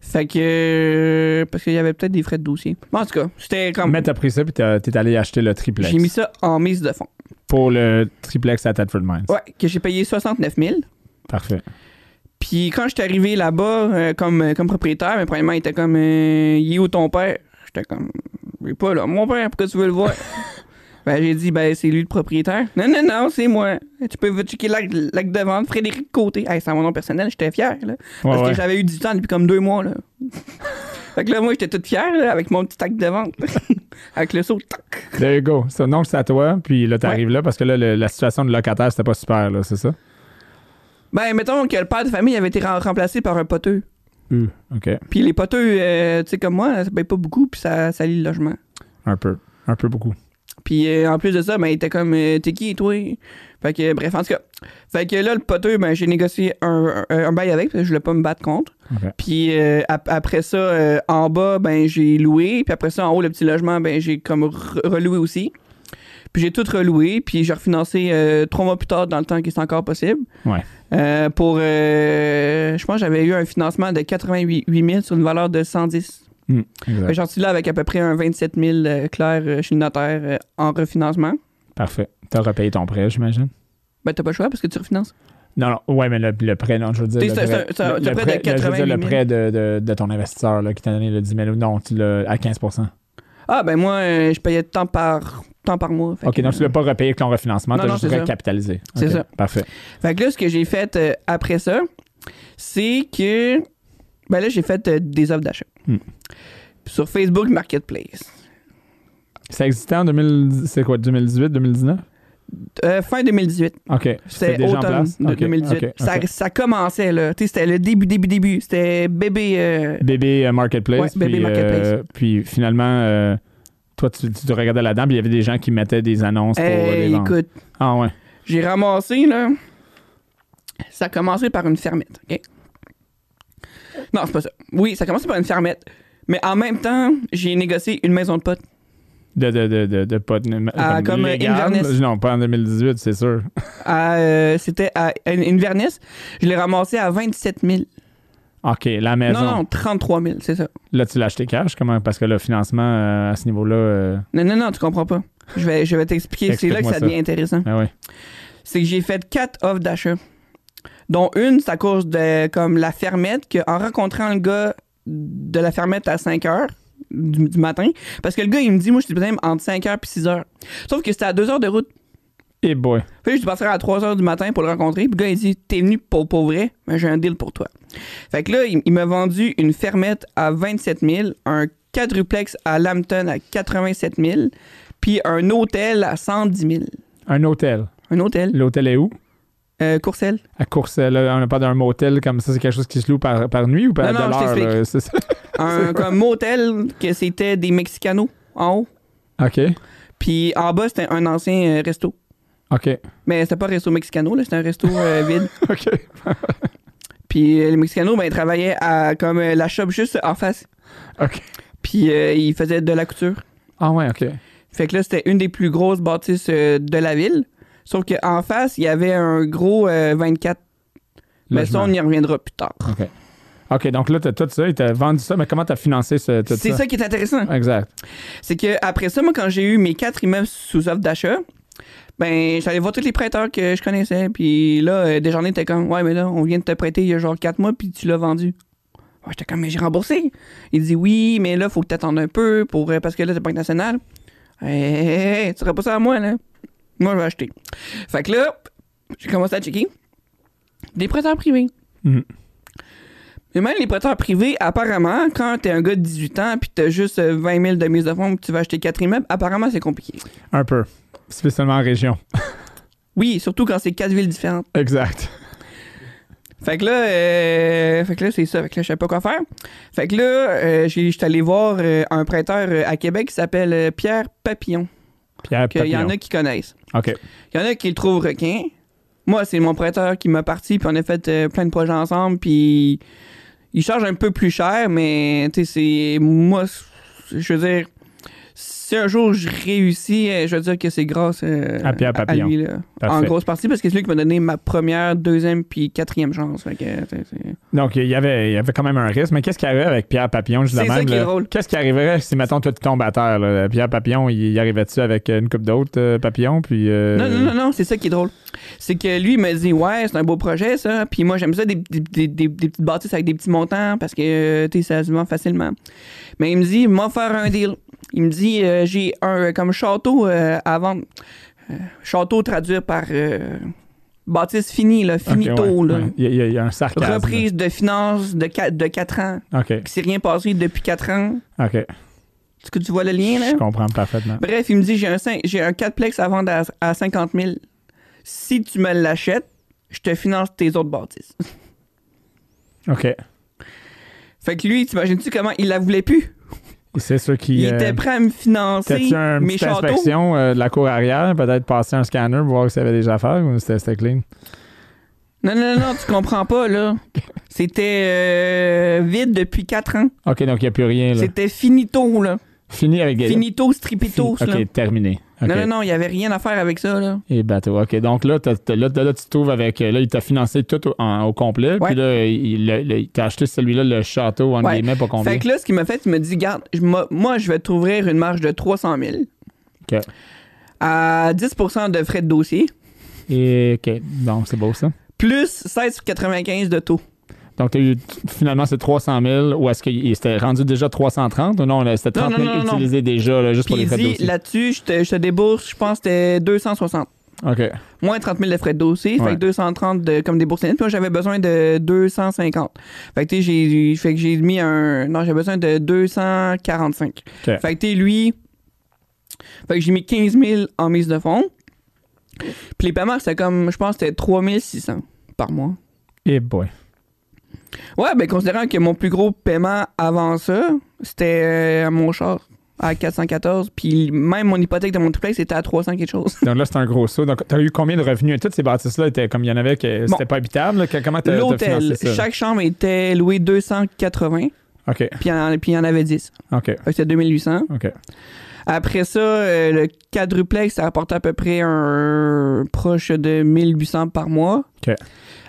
B: Fait que. euh, parce qu'il y avait peut-être des frais de dossier. Mais en tout cas, c'était comme.
A: Mais t'as pris ça, puis t'as- t'es allé acheter le triplex.
B: J'ai mis ça en mise de fonds.
A: Pour le triplex à Tadford Mines.
B: Ouais, que j'ai payé 69 000.
A: Parfait.
B: Puis quand j'étais arrivé là-bas euh, comme, comme propriétaire, mais premièrement, il était comme euh, Il est où ton père J'étais comme Il est pas là. Mon père, pourquoi tu veux le voir Ben j'ai dit Ben c'est lui le propriétaire. Non, non, non, c'est moi. Tu peux checker l'acte l'acte de vente, Frédéric Côté. Hey, c'est mon nom personnel, j'étais fier. Là, parce
A: Ouais, ouais.
B: que j'avais eu 10 ans depuis comme deux mois. Là. fait que là, moi, j'étais toute fière là, avec mon petit acte de vente. avec le saut, tac.
A: There you go. Ça, non, c'est à toi. Puis là, t'arrives là parce que là, le- la situation de locataire, c'était pas super, là, c'est ça?
B: Ben, mettons que le père de famille avait été rem- remplacé par un poteux.
A: Hum. OK.
B: Puis les poteux, euh, tu sais, comme moi, ça paye pas beaucoup, puis ça salit le logement.
A: Un peu. Un peu beaucoup.
B: Puis euh, en plus de ça, ben, il était comme, euh, t'es qui, toi? Fait que, euh, bref, en tout cas. Fait que là, le poteux, ben, j'ai négocié un, un, un bail avec, parce que je voulais pas me battre contre.
A: OK.
B: Puis euh, ap- après ça, euh, en bas, ben, j'ai loué. Puis après ça, en haut, le petit logement, ben, j'ai comme re- reloué aussi. Puis j'ai tout reloué, puis j'ai refinancé euh, trois mois plus tard dans le temps qui est encore possible.
A: Ouais.
B: Euh, pour, euh, je pense, que j'avais eu un financement de 88 000 sur une valeur de 110.
A: Hum, exact.
B: Fait que J'en suis là avec à peu près un 27 000 euh, clair euh, chez le notaire euh, en refinancement.
A: Parfait. T'as repayé ton prêt, j'imagine?
B: Ben, t'as pas le choix parce que tu refinances.
A: Non, non, ouais, mais le, le prêt, non, je veux dire.
B: T'es-
A: le
B: c'est-
A: prêt-
B: c'est un-
A: le-
B: c'est un
A: le
B: prêt
A: là, je
B: de
A: veux dire,
B: 88 000.
A: le prêt de, de- de ton investisseur là, qui t'a donné le 10 000 non, tu l'as à 15
B: Ah, ben moi, euh, je payais tant par, tant par mois. Fait
A: OK,
B: que,
A: donc tu l'as pas repayé avec ton refinancement,
B: Non,
A: tu
B: non,
A: l'as juste
B: c'est ça.
A: recapitalisé.
B: C'est
A: OK,
B: ça.
A: Parfait.
B: Fait que là, ce que j'ai fait euh, après ça, c'est que. Ben là, j'ai fait euh, des offres d'achat.
A: Hmm.
B: Sur Facebook Marketplace.
A: Ça existait en 2000 c'est quoi, 2018, 2019?
B: Euh, fin 2018.
A: OK.
B: C'était
A: déjà en
B: automne
A: place?
B: de
A: OK,
B: 2018.
A: OK,
B: Ça,
A: OK.
B: ça commençait, là. Tu sais, c'était le début, début, début. C'était bébé. euh,
A: Bébé euh, Marketplace.
B: Ouais, Bébé
A: puis,
B: Marketplace.
A: euh, puis finalement, euh, toi, tu, tu te regardais là-dedans, puis il y avait des gens qui mettaient des annonces pour euh,
B: hey,
A: les ventes.
B: Eh, écoute,
A: Ah ouais.
B: j'ai ramassé, là. Ça a commencé par une fermette, OK? Non, c'est pas ça. Oui, ça a commencé par une fermette. Mais en même temps, j'ai négocié une maison de potes.
A: De, de, de, de, de pas de-
B: Ah, comme, euh,
A: légal.
B: Inverness.
A: Non, pas en 2018, c'est sûr.
B: à, euh, c'était à une Inverness. Je l'ai ramassé à 27 000.
A: OK, la maison.
B: Eh non, non, 33 000, c'est ça.
A: Là, tu l'as acheté cash, comment? Parce que le financement euh, à ce niveau-là. euh,
B: Non, non, non, tu comprends pas. Je vais, je vais t'expliquer. c'est là que
A: Explique-moi
B: ça
A: ça.
B: devient intéressant.
A: Ah ouais.
B: C'est que j'ai fait quatre offres d'achat. Dont une, c'est à cause de comme la fermette, que en rencontrant le gars de la fermette à 5 heures du, du matin, parce que le gars, il me dit, moi, je suis disponible entre 5 heures puis 6 heures. Sauf que c'était à 2 heures de route.
A: Et boy.
B: Fait que je suis parti à 3 h du matin pour le rencontrer. Puis le gars, il dit T'es venu pour, pour vrai, mais j'ai un deal pour toi. Fait que là, il, il m'a vendu une fermette à 27 000, un quadruplex à Lambton à 87 000, puis un hôtel à 110 000.
A: Un hôtel.
B: Un hôtel,
A: L'hôtel est où?
B: euh, Courcelles.
A: À Courcelles. On n'a pas d'un motel comme ça, c'est quelque chose qui se loue par, par nuit ou par
B: Non, non, je
A: dollar?
B: t'explique.
A: là, c'est ça?
B: Un comme motel que c'était des Mexicanos en haut.
A: OK.
B: Puis en bas, c'était un ancien euh, resto.
A: OK.
B: Mais c'était pas un resto Mexicano, là, c'était un resto euh, vide.
A: OK.
B: Puis euh, les Mexicanos, ben, ils travaillaient à comme euh, la shop juste en face.
A: OK.
B: Puis euh, ils faisaient de la couture.
A: Ah ouais, OK.
B: Fait que là, c'était une des plus grosses bâtisses euh, de la ville. Sauf qu'en face, il y avait un gros euh, 24. Mais ça,
A: Logement.
B: on y reviendra plus tard.
A: OK. OK, donc là, t'as tout ça, il t'a vendu ça, mais comment t'as financé ce, tout
B: C'est
A: ça?
B: ça. qui est intéressant.
A: Exact.
B: C'est que après ça, moi, quand j'ai eu mes quatre immeubles sous offre d'achat, ben, j'allais voir tous les prêteurs que je connaissais. Puis là, euh, Desjardins était comme Ouais, mais là, on vient de te prêter il y a genre quatre mois, puis tu l'as vendu. Ouais, J'étais comme Mais j'ai remboursé. Il dit Oui, mais là, faut que t'attendes un peu pour, euh, parce que là, c'est Banque Nationale. Hé, hé, hé, hé, eh, tu serais pas ça à moi, là. Moi, je vais acheter. Fait que là, j'ai commencé à checker. Des prêteurs privés.
A: Mhm.
B: Mais même les prêteurs privés, apparemment, quand t'es un gars de 18 ans puis t'as juste euh, 20 000 de mise de fonds puis tu vas acheter 4 immeubles, apparemment, c'est compliqué.
A: Un peu. Spécialement en région.
B: Oui, surtout quand c'est quatre villes différentes.
A: Exact.
B: Fait que là, euh, fait que là, c'est ça. Fait que là, je sais pas quoi faire. Fait que là, euh, j'ai- j'étais allé voir euh, un prêteur euh, à Québec qui s'appelle euh, Pierre Papillon,
A: Pierre
B: qu'il y en
A: Papillon.
B: a qui connaissent.
A: OK.
B: Il y en a qui le trouvent requin. Moi, c'est mon prêteur qui m'a parti, puis on a fait euh, plein de projets ensemble, puis il charge un peu plus cher, mais tu sais, c'est. Moi, c'est- je veux dire, si un jour je réussis, euh, je veux dire que c'est grâce euh,
A: À Pierre Papillon.
B: lui. là. En
A: Parfait.
B: grosse partie, parce que c'est lui qui m'a donné ma première, deuxième, puis quatrième chance. Fait que, t'sais, c'est-
A: Donc, il y avait, il y avait quand même un risque. Mais qu'est-ce qui arrivait avec Pierre Papillon,
B: C'est
A: justement?
B: ça qui est
A: là?
B: drôle.
A: Qu'est-ce qui arriverait si, mettons, toi, tu tombes à terre? là? Pierre Papillon, il il arrivait-tu avec euh, une coupe d'autres euh, papillons? Puis, euh,
B: Non, non, non, non, c'est ça qui est drôle. C'est que lui, il me dit, ouais, c'est un beau projet, ça. Puis moi, j'aime ça, des, des- des- des- des petites bâtisses avec des petits montants, parce que, euh, tu sais, ça se vend facilement. Mais il me dit, m'a faire un deal. Il me dit, euh, j'ai un, euh, comme château euh, à vendre. Euh, château traduit par euh, bâtisse finie, là,
A: Ok,
B: finito,
A: ouais,
B: là.
A: ouais. Il y, a- il y a- il y a un sarcasme.
B: Reprise de finances de 4, de quatre ans.
A: OK,
B: Qui s'est rien passé depuis 4 ans.
A: OK.
B: Est-ce que tu vois le lien, là?
A: Je comprends parfaitement.
B: Bref, il me dit j'ai un, cin- j'ai un 4plex à vendre à, à 50 000. Si tu me l'achètes, je te finance tes autres bâtisses. Ben-
A: OK.
B: Fait que lui, t'imagines-tu comment il la voulait plus?
A: C'est ceux qui...
B: Il
A: euh,
B: était prêt à me financer
A: T'as-tu un
B: mes
A: petite
B: châteaux.
A: inspection euh, de la cour arrière, peut-être passer un scanner pour voir s'il y avait des affaires ou c'était c'était clean?
B: Non, non, non, tu comprends pas, là. C'était euh, vide depuis 4 ans.
A: OK, donc il n'y a plus rien. Là.
B: C'était finito, là.
A: Fini avec des...
B: Finito,
A: Fi-
B: stripitos, là.
A: OK, terminé. OK.
B: Non, non, non, il y avait rien à faire avec ça, là.
A: Et bateau. OK, donc là, t'as- t'as- là, là, tu te trouves avec... euh, Là, il t'a financé tout au, en- au complet.
B: Ouais.
A: Puis là, il, le- le- il t'a acheté celui-là, le château, en
B: Ouais.
A: guillemets, pour combien?
B: Fait que là, ce qu'il m'a fait, il m'a dit, garde, je m'a- moi, je vais t'ouvrir une marge de 300 000
A: OK.
B: à 10 de frais de dossier,
A: Et, OK, donc c'est beau ça.
B: plus 16,95 de taux.
A: Donc, t'as eu t- finalement c'est 300 000 ou est-ce qu'il c'était rendu déjà 330 ou non? là, C'était
B: Non,
A: 30
B: non,
A: 000
B: non, non, non.
A: utilisés déjà là, juste
B: Puis
A: pour les
B: il
A: frais de
B: dit,
A: dossier.
B: là-dessus, je te, je te débourse, je pense que c'était 260.
A: OK,
B: Moins 30 000 de frais de dossier,
A: Ouais.
B: fait que 230 de, comme débourse nette. Puis moi, j'avais besoin de 250. Fait que, tu sais, j'ai- fait que j'ai mis un... Non, j'avais besoin de 245.
A: OK.
B: Fait que, tu sais, lui... Fait que j'ai mis 15 000 en mise de fonds. Puis les paiements, c'était comme, je pense, que c'était 3 600 par mois.
A: Et boy.
B: Ouais, ben considérant que mon plus gros paiement avant ça, c'était euh, mon char à 414, puis même mon hypothèque de mon triplex était à 300 quelque chose.
A: Donc là, c'est un gros saut. Donc, t'as eu combien de revenus? Toutes ces bâtisses-là étaient comme il y en avait que c'était
B: Bon.
A: pas habitable. là, que- Comment t'as t'as
B: L'hôtel,
A: financé ça?
B: chaque chambre était louée 280,
A: OK,
B: puis il y en- puis il y en avait 10.
A: OK,
B: Fait que c'était 2800.
A: OK.
B: Après ça, euh, le quadruplex, ça rapportait à peu près un proche de 1800 par mois.
A: OK.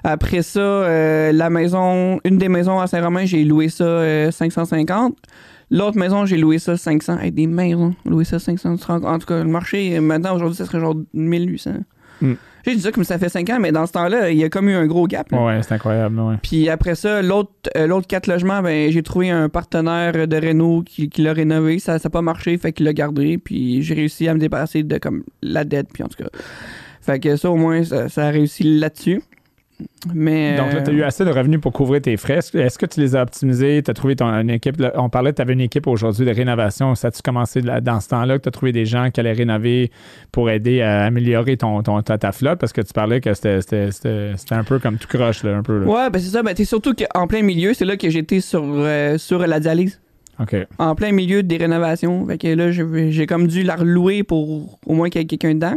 B: Après ça, euh, la maison, une des maisons à Saint-Romain, j'ai loué ça euh, 550. L'autre maison, j'ai loué ça 500. Hey, des maisons, loué ça 500. tu te rends- En tout cas, le marché, euh, maintenant, aujourd'hui, ça serait genre 1800.
A: Hmm.
B: J'ai dit ça comme ça fait 5 ans, mais dans ce temps-là, il y a comme eu un gros gap. là.
A: Ouais, c'est incroyable. Ouais.
B: Puis après ça, l'autre euh, l'autre quatre logements, ben, j'ai trouvé un partenaire de Renault qui, qui l'a rénové. Ça n'a pas marché, fait qu'il l'a gardé. Puis j'ai réussi à me débarrasser de comme la dette, puis en tout cas. Fait que ça, au moins, ça, ça a réussi là-dessus. Mais. euh,
A: Donc là, tu as eu assez de revenus pour couvrir tes frais. Est-ce que- Est-ce que tu les as optimisés? Tu as trouvé ton une équipe. là, on parlait, tu avais une équipe aujourd'hui de rénovation. Ça a-tu commencé de la- dans ce temps-là que tu as trouvé des gens qui allaient rénover pour aider à améliorer ton, ton- ta, ta flotte? Parce que tu parlais que c'était- c'était c'était- c'était un peu comme tout croche, là, un peu. là.
B: Ouais, ben c'est ça. Ben, t'es surtout qu'en plein milieu, c'est là que j'étais sur, euh, sur la dialyse.
A: OK.
B: En plein milieu des rénovations. Fait que là, je- j'ai comme dû la relouer pour au moins qu'il y ait quelqu'un dedans.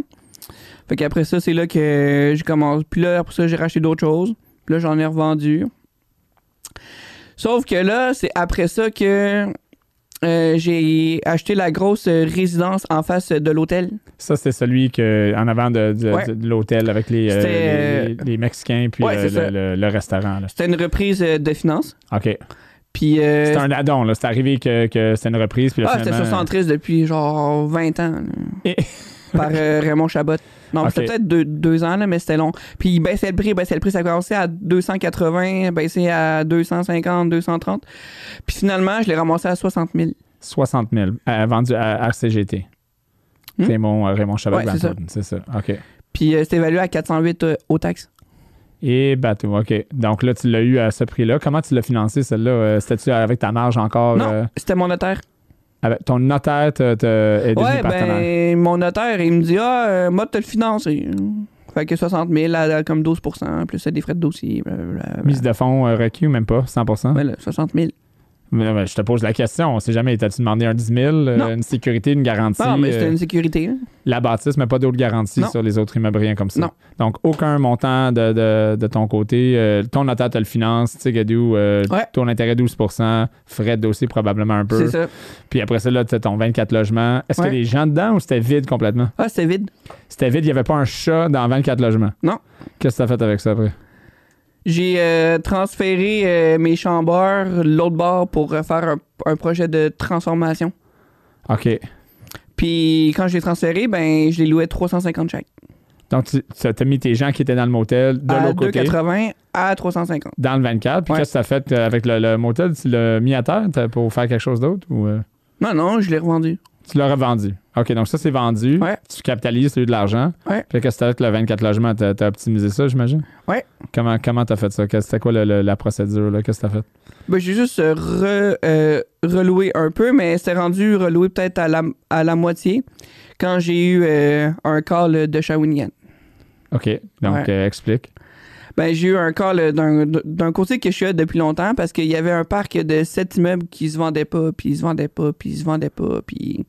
B: Fait qu'après ça, c'est là que je commence. Puis là, après ça, j'ai racheté d'autres choses. Puis là, j'en ai revendu. Sauf que là, c'est après ça que euh, j'ai acheté la grosse résidence en face de l'hôtel.
A: Ça, c'est celui que, en avant de, de-
B: Ouais.
A: de- de l'hôtel avec les, euh,
B: C'était,
A: les, les- les Mexicains puis euh,
B: Ouais,
A: le,
B: c'est ça.
A: le- le- le restaurant. là.
B: C'était une reprise euh, de finances.
A: OK.
B: Puis. euh,
A: C'était un add-on. là. C'est arrivé que, que c'était une reprise. Puis là,
B: Ah, c'était sur
A: finalement,
B: Centris depuis genre 20 ans. là.
A: Et-
B: Par euh, Raymond Chabot. Non,
A: Ok.
B: c'était peut-être deux, deux ans, là, mais c'était long. Puis il baissait le prix, il baissait le prix. Ça a commencé à 280, baissé à 250, 230. Puis finalement, je l'ai ramassé à 60 000.
A: 60 000 euh, vendu à RCGT.
B: Hmm?
A: Raymond, euh, Raymond Chabot
B: Ouais, c'est
A: Blanton, c'est ça. OK.
B: Puis euh, c'était évalué à 408 euh, aux taxes.
A: Et bateau, OK. Donc là, tu l'as eu à ce prix-là. Comment tu l'as financé, celle-là? Euh, C'était-tu avec ta marge encore?
B: Non.
A: euh,
B: C'était mon notaire.
A: avec- ton notaire t'a- t'a- est devenu
B: Ouais,
A: partenaire.
B: ben, mon notaire, il me dit Ah, euh, moi, tu le financer. Fait que 60 000 à, à comme 12 plus des frais de dossier. Blablabla.
A: Mise de fonds euh, requis ou même pas? 100
B: Ouais, là, 60 000.
A: Mais, mais je te pose la question. On sait jamais. T'as-tu demandé un 10 000, euh,
B: Non.
A: une sécurité, une garantie?
B: Non, mais c'était
A: euh,
B: une sécurité. hein.
A: La bâtisse, mais pas d'autres garanties
B: Non.
A: sur les autres immeubles, rien comme ça.
B: Non.
A: Donc, aucun montant de, de- de ton côté. Euh, ton notaire te le finance. Tu sais, Gadou, euh,
B: Ouais.
A: ton intérêt 12 frais de dossier probablement un peu.
B: C'est ça.
A: Puis après ça, là, tu ton 24 logements. Est-ce
B: Ouais.
A: qu'il y a des gens dedans ou c'était vide complètement?
B: Ah, c'était vide.
A: C'était vide, il n'y avait pas un chat dans 24 logements.
B: Non.
A: Qu'est-ce que t'as fait avec ça après?
B: J'ai euh, transféré euh, mes chambres l'autre bord pour euh, faire un, un projet de transformation.
A: OK.
B: Puis quand je l'ai transféré, ben, je les louais 350 chaque.
A: Donc, tu as mis tes gens qui étaient dans le motel de
B: à
A: l'autre côté,
B: 280 à 350.
A: dans le 24. Puis
B: Ouais.
A: qu'est-ce que t'as fait euh, avec le, le motel? Tu l'as mis à terre t'as- pour faire quelque chose d'autre ou euh,
B: Non, non, je l'ai revendu.
A: tu l'as revendu? OK, donc ça, c'est vendu.
B: Ouais.
A: Tu capitalises, tu as eu de l'argent.
B: Ouais.
A: Puis qu'est-ce que t'as fait avec le 24 logements? T'as as optimisé ça, j'imagine?
B: Ouais.
A: Comment comment t'as fait ça? Qu'est-ce- C'était quoi le- le- la procédure? là? Qu'est-ce que t'as fait?
B: Ben, j'ai juste euh, re- euh, reloué un peu, mais c'était rendu reloué peut-être à la, à la moitié quand j'ai eu euh, un call de Shawinigan.
A: OK, donc
B: Ouais.
A: euh, explique.
B: Ben, j'ai eu un call d'un- d'un côté que je suis là depuis longtemps parce qu'il y avait un parc de sept immeubles qui se vendaient pas, puis ils se vendaient pas, puis ils se vendaient pas, puis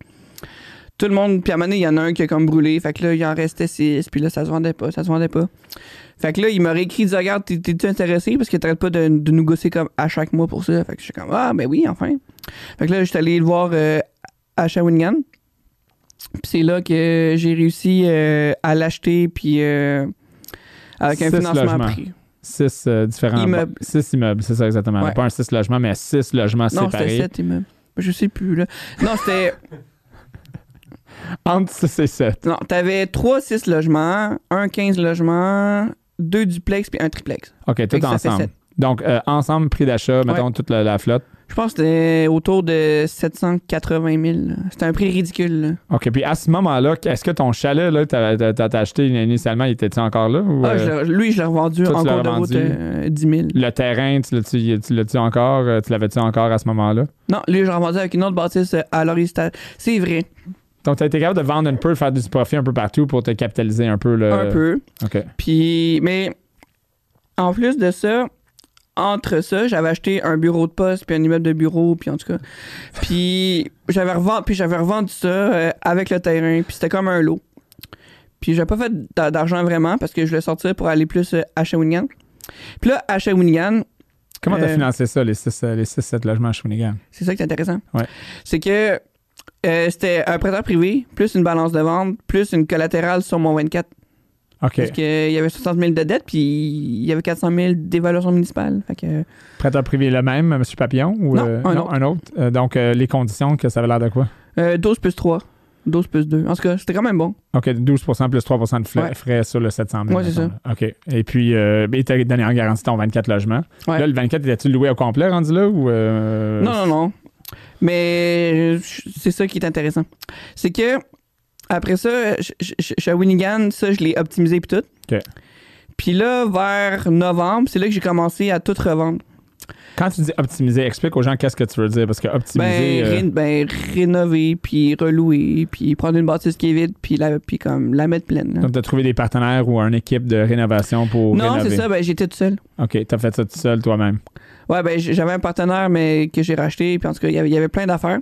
B: tout le monde, puis à un moment donné, il y en a un qui a comme brûlé, fait que là, il en restait six, puis là, ça se vendait pas, ça se vendait pas. Fait que là, il m'a réécrit, il dit, regarde, t'es- t'es-tu intéressé? Parce qu'il t'arrête pas de, de nous gosser comme à chaque mois pour ça. Fait que je suis comme, ah, ben oui, enfin. Fait que là, je suis allé le voir euh, à Shawinigan. Puis c'est là que j'ai réussi euh, à l'acheter, puis euh, avec un
A: Six
B: financement à
A: logements.
B: prix.
A: Six euh, différents
B: Immeubles.
A: Six immeubles, c'est ça exactement.
B: Ouais.
A: Pas un six logements, mais six logements
B: Non, c'était
A: séparés.
B: 7 immeubles. Je sais plus, là. Non, c'était.
A: Entre six et sept.
B: non, t'avais 3-6 logements, un 15 logements, deux duplex puis un triplex.
A: OK,
B: Fait
A: tout
B: que ça fait
A: ensemble.
B: sept.
A: Donc, euh, ensemble, prix d'achat, mettons toute la, la flotte.
B: Je pense que c'était autour de 780 000. là. C'était un prix ridicule, là.
A: OK, puis à ce moment-là, est-ce que ton chalet, là, t'as t'as- t'as acheté initialement, il était encore là? Ou,
B: Ah,
A: euh,
B: je l'ai- lui, je l'ai revendu
A: Toi,
B: en
A: tu l'as
B: cours de route
A: revendu.
B: euh, 10 000.
A: Le terrain, tu l'as-tu tu l'as-tu encore? euh, Tu l'avais-tu encore à ce moment-là?
B: Non, lui, je l'ai revendu avec une autre bâtisse euh, à l'Oristal. C'est vrai,
A: Donc, t'as été capable de vendre un peu, de faire du profit un peu partout pour te capitaliser un peu. Le...
B: un peu.
A: Euh, OK.
B: Puis, mais en plus de ça, entre ça, j'avais acheté un bureau de poste, puis un immeuble de bureau, puis en tout cas. Puis j'avais revendu, puis j'avais revendu ça euh, avec le terrain, puis c'était comme un lot. Puis j'avais pas fait d'a- d'argent vraiment parce que je voulais sortir pour aller plus euh, à Shawinigan. Puis là, à Shawinigan,
A: Comment t'as
B: Euh,
A: financé ça, les 6 les six, sept logements à Shawinigan?
B: c'est ça qui est intéressant.
A: Ouais.
B: C'est que euh, c'était un prêteur privé, plus une balance de vente, plus une collatérale sur mon 24.
A: OK.
B: Parce qu'il y avait 60 000 de dettes, puis il y avait 400 000 d'évaluation municipale. Fait que,
A: Prêteur privé le même, M. Papillon? Ou,
B: Non,
A: euh,
B: un autre.
A: Euh, donc, euh, les conditions, que ça avait l'air de quoi?
B: euh, 12 plus 3, 12 plus 2. En tout cas, c'était quand même bon.
A: OK, 12 plus 3 de fla-
B: Ouais.
A: frais sur le 700 000.
B: Ouais, c'est
A: mettons, là. OK. Et puis, euh, tu as donné en garantie ton 24 logements.
B: Ouais.
A: Là, le 24, était tu loué au complet rendu là ou. euh,
B: Non, non, non. Mais euh, c'est ça qui est intéressant. C'est que, après ça, je- je- je- Shawinigan, ça, je l'ai optimisé puis tout.
A: OK.
B: Puis là, vers novembre, c'est là que j'ai commencé à tout revendre.
A: Quand tu dis optimiser, explique aux gens qu'est-ce que tu veux dire parce que optimiser.
B: Ben,
A: euh,
B: ré- ben, rénover, puis relouer, puis prendre une bâtisse qui est vide, puis la, puis comme, la mettre pleine. là.
A: Donc, tu as trouvé des partenaires ou une équipe de rénovation pour
B: Non,
A: rénover.
B: c'est ça, ben, j'étais toute seule.
A: OK, tu as fait ça tout seul toi-même.
B: Ouais, ben j- j'avais un partenaire mais que j'ai racheté, puis en tout cas, il y avait, il y avait plein d'affaires.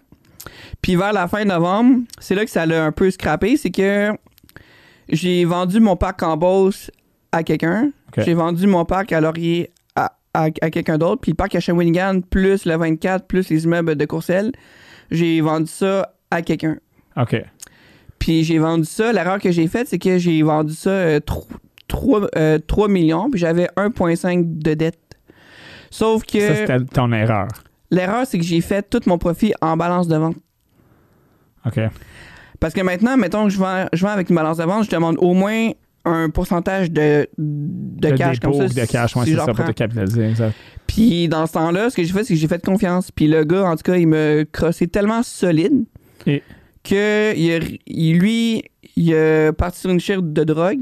B: Puis vers la fin novembre, c'est là que ça l'a un peu scrappé, c'est que j'ai vendu mon parc en Beauce à quelqu'un,
A: OK.
B: j'ai vendu mon parc à Laurier à, à- à quelqu'un d'autre, puis le parc à Shawinigan, plus le 24, plus les immeubles de Courcelles, j'ai vendu ça à quelqu'un.
A: OK.
B: Puis j'ai vendu ça, l'erreur que j'ai faite, c'est que j'ai vendu ça euh, 3, euh, millions, puis j'avais 1,5 de dette. Sauf que...
A: Ça, c'était ton erreur.
B: L'erreur, c'est que j'ai fait tout mon profit en balance de vente.
A: OK.
B: Parce que maintenant, mettons que je vends, je vends avec une balance de vente, je demande au moins un pourcentage de, de
A: Le
B: cash
A: dépôt
B: comme ça.
A: de cash, ouais,
B: si
A: c'est
B: j'en
A: ça, pour
B: prends.
A: te capitaliser. exact.
B: Puis dans ce temps-là, ce que j'ai fait, c'est que j'ai fait confiance. Puis le gars, en tout cas, il me crossait tellement solide
A: Et-
B: que il a- il- lui, il est parti sur une chire de drogue.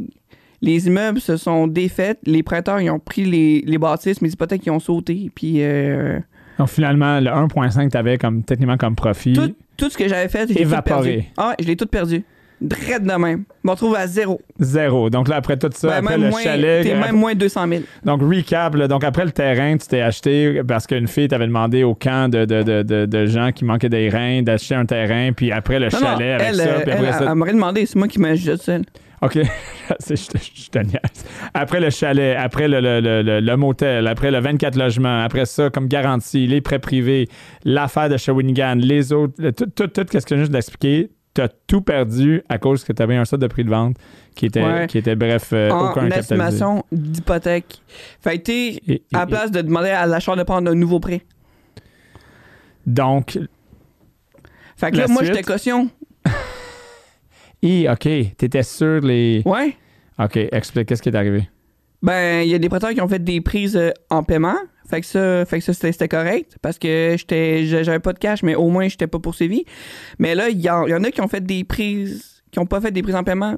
B: Les immeubles se sont défaits. Les prêteurs, ils ont pris les, les bâtisses, mais les hypothèques, ils ont sauté. Puis euh,
A: Donc, finalement, le 1,5 que tu avais comme, techniquement comme profit.
B: tout, tout ce que j'avais fait, je l'ai tout
A: Évaporé.
B: perdu. Ah, je l'ai tout perdu. Drette de même. Je me retrouve à zéro.
A: Zéro. Donc là, après tout ça,
B: Ben,
A: après
B: même
A: le
B: moins,
A: chalet.
B: t'es
A: euh,
B: même moins 200 000.
A: Donc, recap, là, donc après le terrain, tu t'es acheté parce qu'une fille t'avait demandé au camp de, de, de, de, de gens qui manquaient des reins d'acheter un terrain, puis après le
B: Non, non,
A: chalet
B: elle,
A: avec ça,
B: euh,
A: puis
B: elle,
A: après ça. Euh,
B: elle m'aurait demandé, c'est moi qui m'ajoute seule.
A: OK, C'est- je, te- je te niaise. Après le chalet, après le, le, le, le- le motel, après le 24 logements, après ça, comme garantie, les prêts privés, l'affaire de Shawinigan, les autres, le- tout, tout, tout ce que je viens d'expliquer, t'as tout perdu à cause que t'avais un sort de prix de vente qui était,
B: Ouais.
A: qui était bref, euh, aucun
B: en
A: capitalisé.
B: estimation d'hypothèque. Fait que t'es
A: Et- et-
B: à la
A: et-
B: place de demander à l'achat de prendre un nouveau prêt.
A: Donc,
B: Fait que
A: La
B: là, moi,
A: suite?
B: j'étais caution.
A: Hi, OK, t'étais sur les.
B: Ouais.
A: OK, explique, qu'est-ce qui est arrivé?
B: Ben, il y a des prêteurs qui ont fait des prises euh, en paiement. Fait que ça, fait que ça c'était c'était correct parce que j'étais j'a- j'avais pas de cash, mais au moins, j'étais pas poursuivi. Mais là, il y, en il y en a qui ont fait des prises, qui ont pas fait des prises en paiement.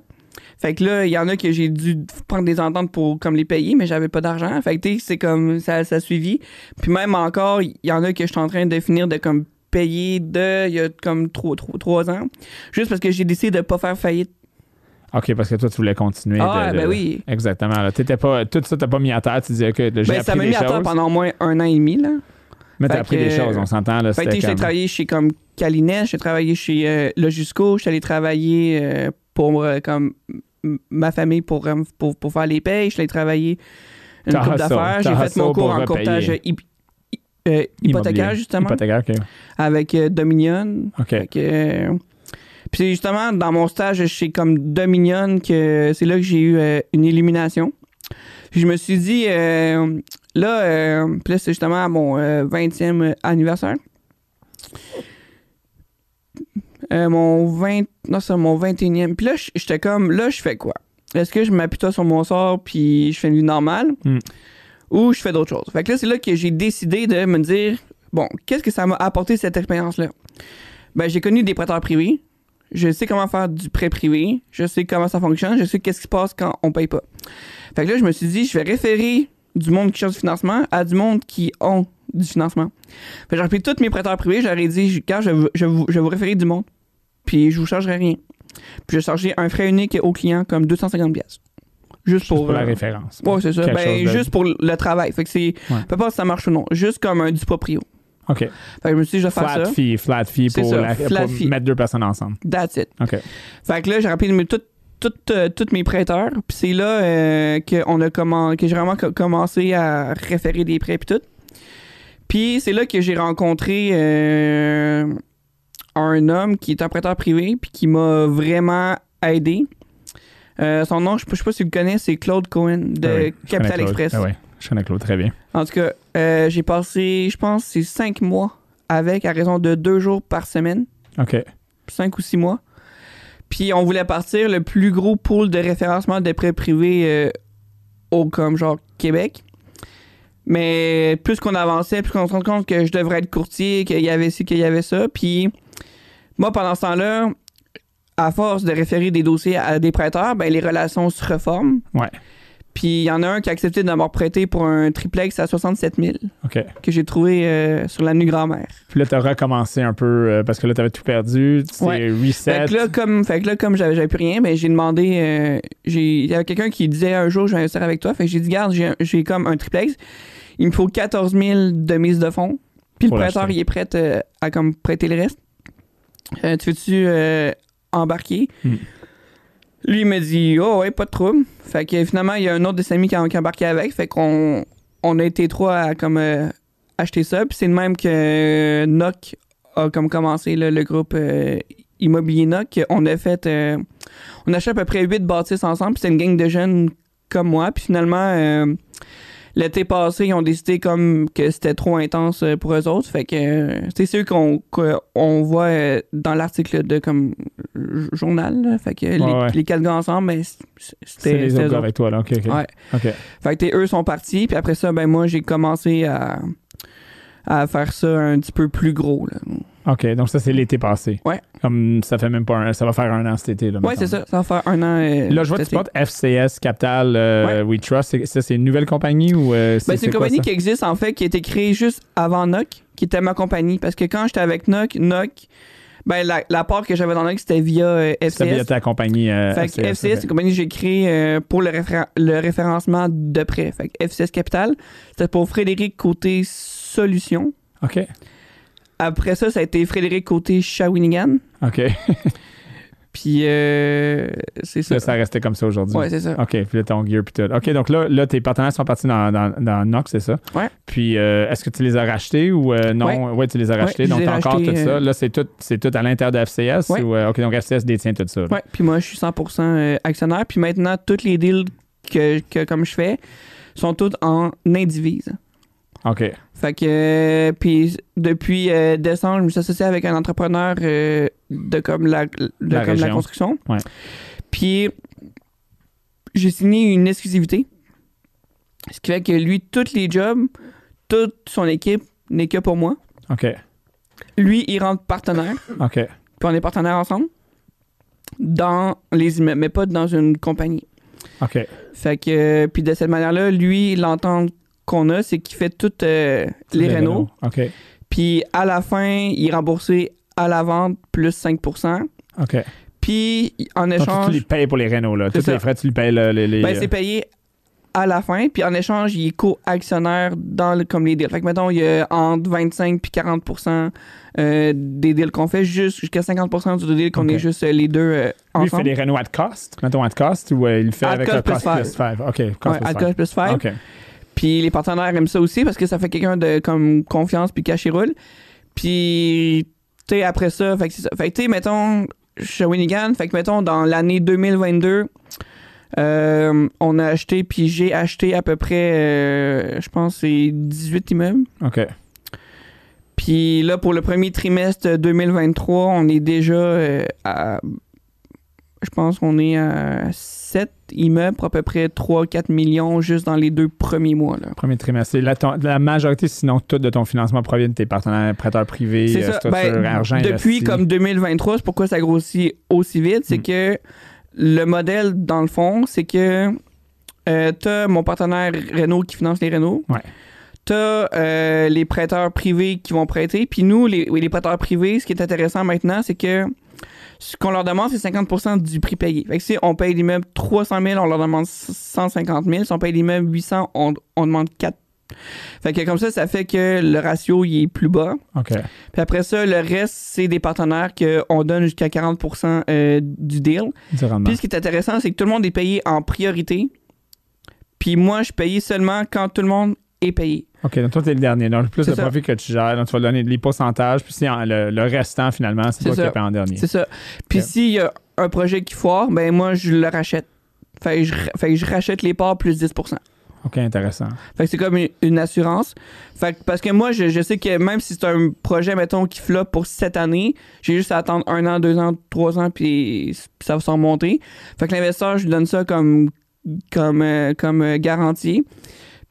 B: Fait que là, il y en a que j'ai dû prendre des ententes pour comme les payer, mais j'avais pas d'argent. Fait que tu sais, c'est comme ça, ça suivi. Puis même encore, il y en a que je suis en train de finir de comme payer de il y a comme trois, trois, trois ans. Juste parce que j'ai décidé de pas faire faillite.
A: OK, parce que toi, tu voulais continuer.
B: Ah,
A: de- de-
B: ben oui.
A: Exactement. Là. T'étais pas, tout ça, t'as pas mis à terre. Tu disais, OK, là, j'ai
B: Ben, ça
A: appris
B: m'a
A: des
B: mis à
A: choses.
B: terre pendant au moins un an et demi, là.
A: Mais t'as
B: Fait
A: appris
B: que-
A: des choses, on s'entend. Là,
B: Fait que
A: c'était
B: tu sais, j'ai
A: comme-
B: travaillé chez comme Calinet, j'ai travaillé chez euh, Logisco, j'ai allé travailler euh, pour euh, comme m- ma famille pour, euh, pour, pour faire les payes, j'ai allé travailler une
A: T'as
B: coupe
A: hustle,
B: d'affaires,
A: t'as
B: j'ai fait mon
A: hustle
B: cours
A: pour
B: en courtage
A: repayer.
B: hyp- hy- euh, hypothécaire
A: Immobilier.
B: justement
A: Hypothécaire, OK.
B: avec euh, Dominion.
A: OK.
B: Fait que, euh, puis c'est justement dans mon stage chez comme Dominion que c'est là que j'ai eu euh, une illumination. Puis je me suis dit, euh, là, euh, puis là, c'est justement à mon euh, 20e anniversaire. Euh, mon 20 non c'est mon 21e puis là j- j'étais comme là je fais quoi est-ce que je m'appuie sur mon sort puis je fais une vie normale
A: Mm.
B: ou je fais d'autres choses fait que là c'est là que j'ai décidé de me dire bon qu'est-ce que ça m'a apporté cette expérience là ben j'ai connu des prêteurs privés je sais comment faire du prêt privé je sais comment ça fonctionne je sais qu'est-ce qui se passe quand on paye pas fait que là je me suis dit je vais référer du monde qui cherche du financement à du monde qui ont du financement fait que j'ai appelé tous mes prêteurs privés je leur ai dit quand je, vous- je, vous- je vais vous référer du monde puis je vous chargerai rien. Puis je chargerai un frais unique au client comme 250 pièces. Juste
A: Pour,
B: pour,
A: la
B: euh,
A: référence.
B: Ouais, c'est ça.
A: Quelque
B: Ben,
A: chose de-
B: juste pour le travail. Fait que c'est
A: Ouais.
B: peu importe si ça marche ou non, juste comme un du proprio.
A: OK.
B: Fait que je me suis dit je vais faire
A: Flat
B: ça.
A: fee, flat fee
B: C'est
A: pour,
B: ça,
A: la-
B: flat
A: pour
B: fee.
A: mettre deux personnes ensemble.
B: That's it.
A: OK.
B: Fait que là, j'ai rappelé mes- tout- tout, euh, tous mes prêteurs. Puis c'est là euh, que, on a commen- que j'ai vraiment co- commencé à référer des prêts puis tout. Puis c'est là que j'ai rencontré euh, un homme qui est un prêteur privé puis qui m'a vraiment aidé. Euh, son nom, je ne sais pas si vous le connaissez, c'est Claude Cohen
A: Ah
B: de
A: oui, je connais
B: Capital
A: Claude.
B: Express.
A: Ah oui, je connais Claude très bien.
B: En tout cas, euh, j'ai passé, je pense, c'est cinq mois avec à raison de deux jours par semaine
A: OK.
B: cinq ou six mois. Puis on voulait partir le plus gros pool de référencement de prêts privés euh, au comme genre Québec. Mais plus qu'on avançait, plus qu'on se rend compte que je devrais être courtier, qu'il y avait ci, qu'il y avait ça. Puis moi, pendant ce temps-là, à force de référer des dossiers à des prêteurs, ben, les relations se reforment.
A: Ouais.
B: Puis il y en a un qui a accepté de m'avoir prêté pour un triplex à 67 000
A: OK.
B: que j'ai trouvé euh, sur la nuit grand-mère.
A: Puis là, t'as recommencé un peu euh, parce que là, t'avais tout perdu. Tu
B: Ouais.
A: t'es reset.
B: Fait que là, comme, fait que là, comme j'avais, j'avais plus rien, ben, j'ai demandé. euh, j'ai, il y avait quelqu'un qui disait un jour, je vais investir avec toi. Fait que j'ai dit, garde, j'ai, un- j'ai comme un triplex. Il me faut 14 000 de mise de fonds. Puis
A: Pour
B: le prêteur,
A: l'acheter.
B: il est prêt euh, à comme prêter le reste. Euh, tu veux-tu euh, embarquer?
A: Hmm.
B: Lui, il me dit, oh ouais, pas de trouble. Fait que finalement, il y a un autre de ses amis qui a, qui a embarqué avec. Fait qu'on on a été trois à comme, euh, acheter ça. Puis c'est de même que Noc a comme commencé là, le groupe euh, Immobilier Noc. On a fait. euh, on a acheté à peu près huit bâtisses ensemble. Puis c'est une gang de jeunes comme moi. Puis finalement, euh, l'été passé, ils ont décidé comme que c'était trop intense euh, pour eux autres. Fait que euh, c'est sûr qu'on qu'on voit euh, dans l'article de comme j- journal. là. Fait que les,
A: ouais.
B: les quatre gars ensemble, ben, c- c-
A: c'est
B: c'était
A: les
B: c'était Ah,
A: autres
B: eux
A: gars
B: autres.
A: avec toi, là. OK. OK.
B: Ouais.
A: OK.
B: Fait que t'es- eux sont partis, puis après ça, ben moi j'ai commencé à, à faire ça un petit peu plus gros. Là.
A: OK. Donc, ça, c'est l'été passé.
B: Ouais.
A: Comme ça fait même pas un. Ça va faire un an cet été. Là,
B: Ouais,
A: mettons.
B: c'est ça, ça va faire un an. euh,
A: Là, je vois que
B: cet
A: tu portes FCS Capital euh, We Trust. C'est- Ça, c'est une nouvelle compagnie ou euh,
B: Ben, c'est une
A: quoi,
B: compagnie
A: ça?
B: qui existe en fait, qui a été créée juste avant Noc, qui était ma compagnie. Parce que quand j'étais avec Noc, Noc Ben, la, la part que j'avais dans l'œil, c'était via euh,
A: Ça vient
B: FCS.
A: de ta compagnie. euh,
B: Fait que
A: FCS,
B: FCS, c'est une compagnie que j'ai créée euh, pour le, référen- le référencement de prêt. Fait que FCS Capital, c'était pour Frédéric Côté Solutions.
A: OK.
B: Après ça, ça a été Frédéric Côté Shawinigan.
A: OK.
B: Puis, euh, c'est ça.
A: Là, ça restait comme ça aujourd'hui.
B: Ouais, c'est ça.
A: OK, puis là, ton gear, puis tout. OK, donc là, là tes partenaires sont partis dans, dans, dans Nox, c'est ça?
B: Ouais.
A: Puis euh, est-ce que tu les as rachetés ou euh, non? Ouais.
B: Ouais.
A: tu les as rachetés.
B: je
A: donc,
B: les ai
A: t'as encore
B: rachetés,
A: tout ça.
B: euh,
A: Là, c'est tout, c'est tout à l'intérieur de FCS?
B: Ouais.
A: Ou, euh, OK, donc FCS détient tout ça. là.
B: Ouais, puis moi, je suis 100% euh, actionnaire. Puis maintenant, tous les deals que, que comme je fais sont tous en indivise.
A: OK.
B: Fait que, euh, puis depuis euh, décembre, je me suis associé avec un entrepreneur euh, de comme la, de
A: La
B: comme la
A: région.
B: construction.
A: Ouais.
B: Puis j'ai signé une exclusivité. Ce qui fait que lui, tous les jobs, toute son équipe n'est que pour moi.
A: OK.
B: Lui, il rentre partenaire.
A: OK.
B: puis on est partenaires ensemble dans les immeubles, mais pas dans une compagnie.
A: OK.
B: Fait que, euh, puis de cette manière-là, lui, l'entente qu'on a, c'est qu'il fait toutes euh, les rénaux.
A: OK.
B: Puis à la fin, il est remboursé à la vente plus 5
A: OK.
B: Puis en
A: Donc, tu- tu
B: échange,
A: les payes pour les rénaux, là.
B: C'est
A: Tous les
B: ça.
A: frais, tu les payes. le- les, euh, les-
B: ben, c'est payé à la fin. Puis en échange, il est co-actionnaire dans le, comme les deals. Fait que mettons, il y a entre 25 puis 40 euh, des deals qu'on fait, juste jusqu'à 50 du deal qu'on
A: Ok.
B: est juste euh, les deux euh,
A: Lui, il
B: ensemble.
A: fait les rénaux at cost, mettons at cost, ou euh, il le fait
B: At
A: avec
B: cost
A: le
B: plus
A: cost
B: five.
A: plus 5. OK, cost
B: Ouais,
A: plus
B: alcool plus
A: five.
B: five.
A: OK.
B: Puis les partenaires aiment ça aussi parce que ça fait quelqu'un de comme confiance puis cash et roule. Puis tu sais après ça, fait que c'est ça. Fait que tu sais mettons Shawinigan, fait que mettons dans l'année 2022 euh, on a acheté puis j'ai acheté à peu près euh, je pense c'est 18 immeubles.
A: OK.
B: Puis là pour le premier trimestre 2023, on est déjà euh, à je pense qu'on est à 7 immeubles pour à peu près 3 4 millions juste dans les deux premiers mois là.
A: Premier trimestre. C'est La, ton- la majorité, sinon toute de ton financement provient de tes partenaires, prêteurs privés,
B: C'est
A: euh,
B: ça.
A: structures,
B: Ben,
A: argent
B: depuis
A: investi.
B: comme 2023, c'est pourquoi ça grossit aussi vite, c'est
A: Mm.
B: que le modèle, dans le fond, c'est que euh, t'as mon partenaire Renault qui finance les Renault.
A: Ouais.
B: T'as euh, les prêteurs privés qui vont prêter. Puis nous, les, oui, les prêteurs privés, ce qui est intéressant maintenant, c'est que ce qu'on leur demande, c'est 50 du prix payé. Fait que si on paye l'immeuble 300 000, on leur demande 150 000. Si on paye l'immeuble 800, on, on demande 4. Fait que comme ça, ça fait que le ratio, il est plus bas.
A: OK.
B: Puis après ça, le reste, c'est des partenaires qu'on donne jusqu'à 40 euh, du deal.
A: Du rendement.
B: Puis ce qui est intéressant, c'est que tout le monde est payé en priorité. Puis moi, je paye seulement quand tout le monde est payé.
A: OK, donc toi, t'es le dernier. Donc, le plus
B: C'est
A: de
B: ça.
A: profit que tu gères, donc tu vas donner les pourcentages, puis c'est en- le, le restant, finalement, c'est
B: C'est
A: toi qui
B: ça.
A: le payes en dernier.
B: C'est ça. Puis
A: Ok.
B: s'il y a un projet qui foire, ben moi, je le rachète. Fait que je, fait que je rachète les parts plus 10
A: OK, intéressant.
B: Fait que c'est comme une- une assurance. Fait que parce que moi, je, je sais que même si c'est un projet, mettons, qui floppe pour cette année, j'ai juste à attendre un an, deux ans, trois ans, puis s- ça va s'en monter. Fait que l'investisseur, je lui donne ça comme, comme, euh, comme euh, garantie.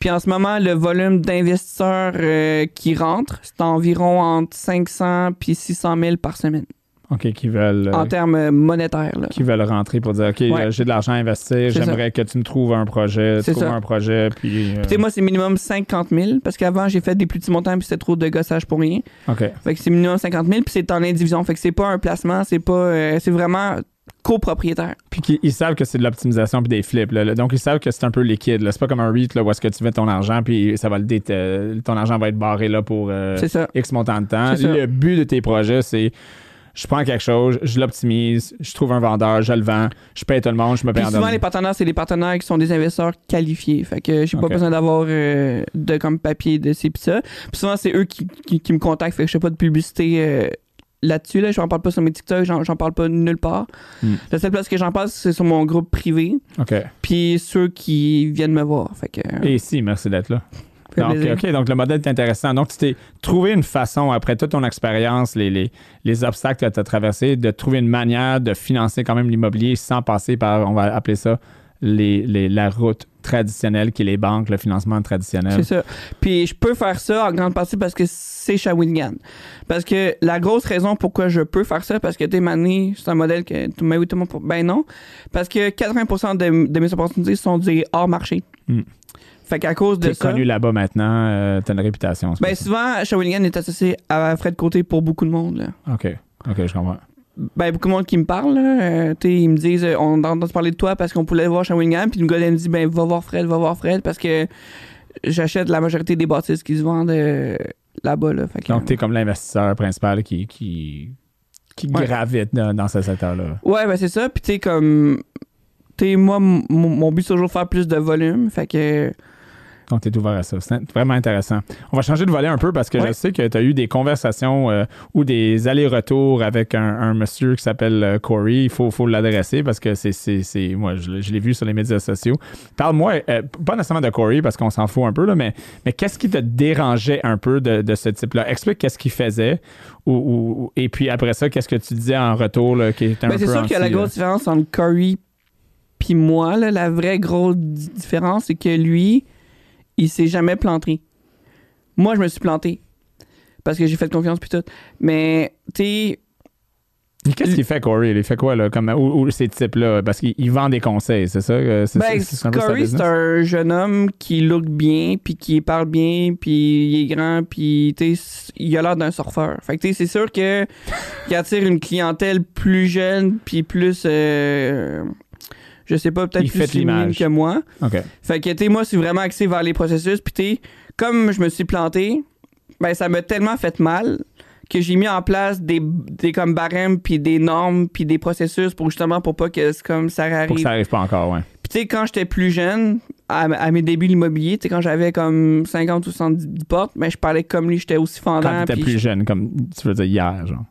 B: Puis en ce moment, le volume d'investisseurs euh, qui rentrent, c'est environ entre 500 puis 600 000 par semaine,
A: OK, qui veulent, euh,
B: en termes euh, monétaires. Là.
A: qui veulent rentrer pour dire, OK,
B: Ouais.
A: euh, j'ai de l'argent à investir,
B: C'est ça.
A: j'aimerais que tu me trouves un projet,
B: C'est
A: trouve
B: ça.
A: un projet, puis... euh,
B: Puis tu sais, moi, c'est minimum 50 000, parce qu'avant, j'ai fait des plus petits montants, puis c'était trop de gossage pour rien.
A: OK,
B: Fait que c'est minimum 50 000, puis c'est en indivision. Fait que c'est pas un placement, c'est pas. euh, c'est vraiment copropriétaire.
A: puis qu'ils- ils savent que c'est de l'optimisation puis des flips. là. Donc, ils savent que c'est un peu liquide. là. C'est pas comme un REIT là, où est-ce que tu mets ton argent puis ça va le dé- euh, ton argent va être barré là pour euh,
B: C'est ça.
A: X montant de temps.
B: C'est ça.
A: Le but de tes projets, c'est je prends quelque chose, je l'optimise, je trouve un vendeur, je le vends, je paye tout le monde, je me paye en
B: Puis souvent,
A: donne.
B: les partenaires, c'est des partenaires qui sont des investisseurs qualifiés. Fait que j'ai pas
A: Ok.
B: besoin d'avoir euh, de comme papier de ci pis ça. Puis souvent, c'est eux qui, qui, qui me contactent. Fait que je fais pas de publicité euh, là-dessus. Là. Je parle pas sur mes TikTok, j'en j'en parle pas nulle part.
A: Hmm.
B: La seule place que j'en parle, c'est sur mon groupe privé.
A: OK.
B: Puis ceux qui viennent me voir. Fait que.
A: Et si, merci d'être là.
B: fait
A: Donc, euh,
B: plaisir.
A: Ah, OK, donc le modèle est intéressant. Donc, tu t'es trouvé une façon, après toute ton expérience, les, les, les obstacles que tu as traversés, de trouver une manière de financer quand même l'immobilier sans passer par, on va appeler ça, les, les- la route traditionnelle qui est les banques, le financement traditionnel.
B: C'est ça. Puis je peux faire ça en grande partie parce que c'est Shawinigan. Parce que la grosse raison pourquoi je peux faire ça, parce que t'es mané, c'est un modèle que tout mais oui, tout le monde. Ben non. Parce que 80% de, de mes opportunités sont des hors marché.
A: Hmm.
B: Fait qu'à cause
A: Tu
B: de
A: es
B: ça.
A: connu là-bas maintenant, euh, tu as une réputation. c'est
B: Ben
A: pour ça.
B: souvent, Shawinigan est associé à Fred Côté pour beaucoup de monde. là.
A: OK. OK, je comprends.
B: Ben, beaucoup de monde qui me parle, là, euh, tu sais, ils me disent euh, on a entendu parler de toi parce qu'on pouvait voir Shawingham, puis le gars, elle me dit ben, va voir Fred, va voir Fred, parce que j'achète la majorité des bâtisses qui se vendent euh, là-bas. Là, Fait que,
A: Donc, tu es comme l'investisseur principal qui, qui, qui
B: Ouais.
A: gravite dans, dans ce secteur-là.
B: Ouais, ben c'est ça. Puis tu sais, comme. Tu sais, moi, m- mon mon but, c'est toujours de faire plus de volume. Fait que.
A: Donc, tu es ouvert à ça. C'est vraiment intéressant. On va changer de volet un peu parce que je
B: Ouais.
A: sais que tu as eu des conversations euh, ou des allers-retours avec un, un monsieur qui s'appelle euh, Corey. Il faut, faut l'adresser parce que c'est. c'est- c'est- Moi, je, l'ai- je l'ai vu sur les médias sociaux. Parle-moi, euh, pas nécessairement de Corey parce qu'on s'en fout un peu, là, mais, mais qu'est-ce qui te dérangeait un peu de, de ce type-là? Explique qu'est-ce qu'il faisait ou, ou- ou- et puis après ça, qu'est-ce que tu disais en retour là, qui était un
B: Ben, c'est
A: peu
B: sûr qu'il y a la
A: anti,
B: grosse différence entre Curry puis moi. Là, la vraie grosse di- différence, c'est que lui, il s'est jamais planté. Moi, je me suis planté. Parce que j'ai fait confiance, puis tout. Mais, tu sais.
A: Mais Qu'est-ce qu'il fait, Corey? Il fait quoi, là? Comme, ou, ou ces types-là? Parce qu'il il vend des conseils, c'est ça? euh, C'est
B: Ben,
A: c'est- c'est un peu sa
B: Curry,
A: business?
B: c'est un jeune homme qui look bien, puis qui parle bien, puis il est grand, puis tu sais, il a l'air d'un surfeur. Fait que tu sais, c'est sûr que il attire une clientèle plus jeune, puis plus, euh, je sais pas, peut-être
A: Il
B: plus
A: fait de
B: féminine
A: l'image.
B: que moi.
A: OK.
B: Fait que tu sais, moi, je suis vraiment axé vers les processus, puis tu sais, comme je me suis planté, ben ça m'a tellement fait mal que j'ai mis en place des, des comme barèmes, puis des normes, puis des processus pour justement pour pas que c'est comme ça
A: Pour que
B: arrive.
A: ça arrive pas encore, ouais.
B: Puis tu sais, quand j'étais plus jeune, à, à mes débuts de l'immobilier, tu sais, quand j'avais comme 50 ou 70 portes, ben, je parlais comme lui, j'étais aussi
A: Quand
B: fendant.
A: t'étais
B: puis
A: plus
B: je-
A: jeune, comme tu veux dire hier, genre.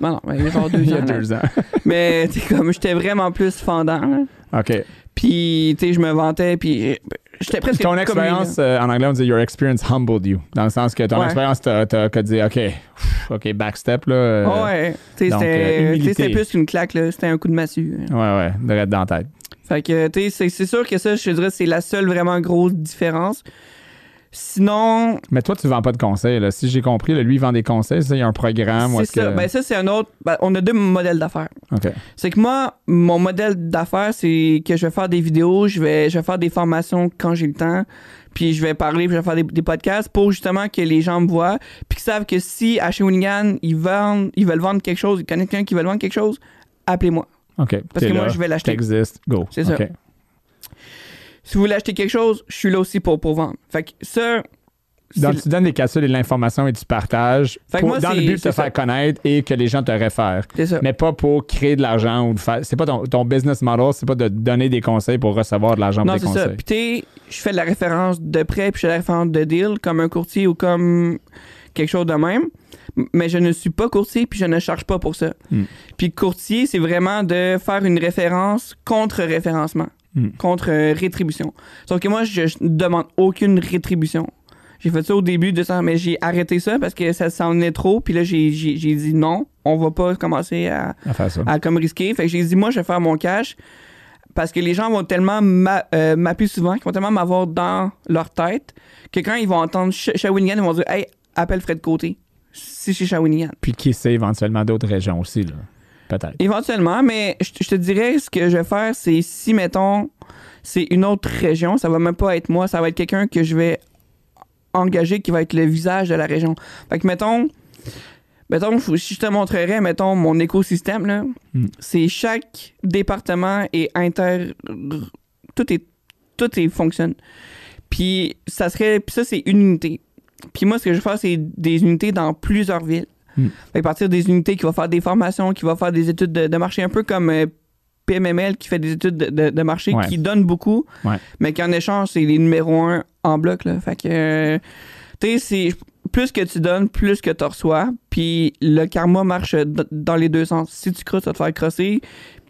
B: Ben non, ben, il y a genre deux
A: Il y a
B: ans, là.
A: deux ans.
B: Mais tu sais, comme j'étais vraiment plus fendant. là.
A: OK.
B: Puis tu sais, je me vantais, puis j'étais presque.
A: Ton
B: comme lui,
A: expérience,
B: là.
A: euh, en anglais, on dit Your experience humbled you. Dans le sens que ton
B: Ouais.
A: expérience t'a t'a- t'a dit, OK, pff, OK, backstep, là. euh,
B: Ah ouais, tu sais,
A: donc,
B: c'était
A: euh,
B: tu sais, c'était
A: humilité.
B: plus qu'une claque, là. c'était un coup de massue. hein.
A: Ouais, ouais, de rester dans la tête.
B: Fait que, tu sais, c'est- c'est sûr que ça, je te dirais, c'est la seule vraiment grosse différence. Sinon,
A: Mais toi, tu vends pas de conseils, là. Si j'ai compris, là, lui, il vend des conseils, ça, il y a un programme. ou
B: c'est
A: est-ce
B: ça.
A: Ah, que-
B: Ben, ça, c'est un autre. ben, on a deux modèles d'affaires.
A: OK.
B: C'est que moi, mon modèle d'affaires, c'est que je vais faire des vidéos, je vais, je vais faire des formations quand j'ai le temps, puis je vais parler, puis je vais faire des, des podcasts pour justement que les gens me voient, puis qu'ils savent que si à Shawinigan, ils, vendent, ils veulent vendre quelque chose, ils connaissent quelqu'un qui veut vendre quelque chose, appelez-moi.
A: OK.
B: Parce que moi, je vais l'acheter.
A: T'existes, go.
B: C'est ça.
A: OK.
B: Si vous voulez acheter quelque chose, je suis là aussi pour, pour vendre. Fait que ça. c'est-
A: Donc, tu donnes des capsules et de l'information et du partage
B: Fait que
A: pour-
B: moi,
A: dans le
B: c'est-
A: but de te
B: c'est
A: faire
B: ça.
A: connaître et que les gens te réfèrent.
B: C'est ça.
A: Mais pas pour créer de l'argent ou de faire. C'est pas ton, ton business model, c'est pas de donner des conseils pour recevoir de l'argent pour
B: Non,
A: des
B: c'est ça.
A: conseils.
B: Puis, tu sais, je fais de la référence de prêt, puis je fais de la référence de deal, comme un courtier ou comme quelque chose de même. M- Mais je ne suis pas courtier, puis je ne charge pas pour ça.
A: Hmm.
B: Puis, courtier, c'est vraiment de faire une référence contre référencement,
A: Hmm.
B: contre euh, rétribution. Sauf que moi, je ne demande aucune rétribution. J'ai fait ça au début de ça, mais j'ai arrêté ça parce que ça s'en est trop. Puis là, j'ai j'ai- j'ai dit non, on va pas commencer à,
A: À faire ça.
B: à comme risquer. Fait que j'ai dit, moi, je vais faire mon cash parce que les gens vont tellement m'a- euh, m'appeler souvent, qu'ils vont tellement m'avoir dans leur tête que quand ils vont entendre Sh- Shawinigan, ils vont dire, hey, appelle Fred Côté. Si c'est Shawinigan.
A: Puis qui sait éventuellement d'autres régions aussi, là. Peut-être.
B: Éventuellement, mais je je te dirais, ce que je vais faire, c'est si, mettons, c'est une autre région, ça va même pas être moi, ça va être quelqu'un que je vais engager qui va être le visage de la région. Fait que, mettons, mettons faut- si je te montrerais, mettons, mon écosystème, là,
A: Mm.
B: c'est chaque département est inter... Tout est... Tout est fonctionne. Puis ça serait... Puis ça, c'est une unité. Puis moi, ce que je vais faire, c'est des unités dans plusieurs villes.
A: Mm.
B: Fait que partir des unités qui vont faire des formations, qui vont faire des études de, de marché, un peu comme euh, PMML qui fait des études de, de- de marché,
A: Ouais.
B: qui donne beaucoup,
A: Ouais.
B: mais qui en échange, c'est les numéros un en bloc. Là. Fait que, euh, tu sais, c'est- plus que tu donnes, plus que tu reçois. Puis le karma marche d- dans les deux sens. Si tu crosses, ça va te faire crosser.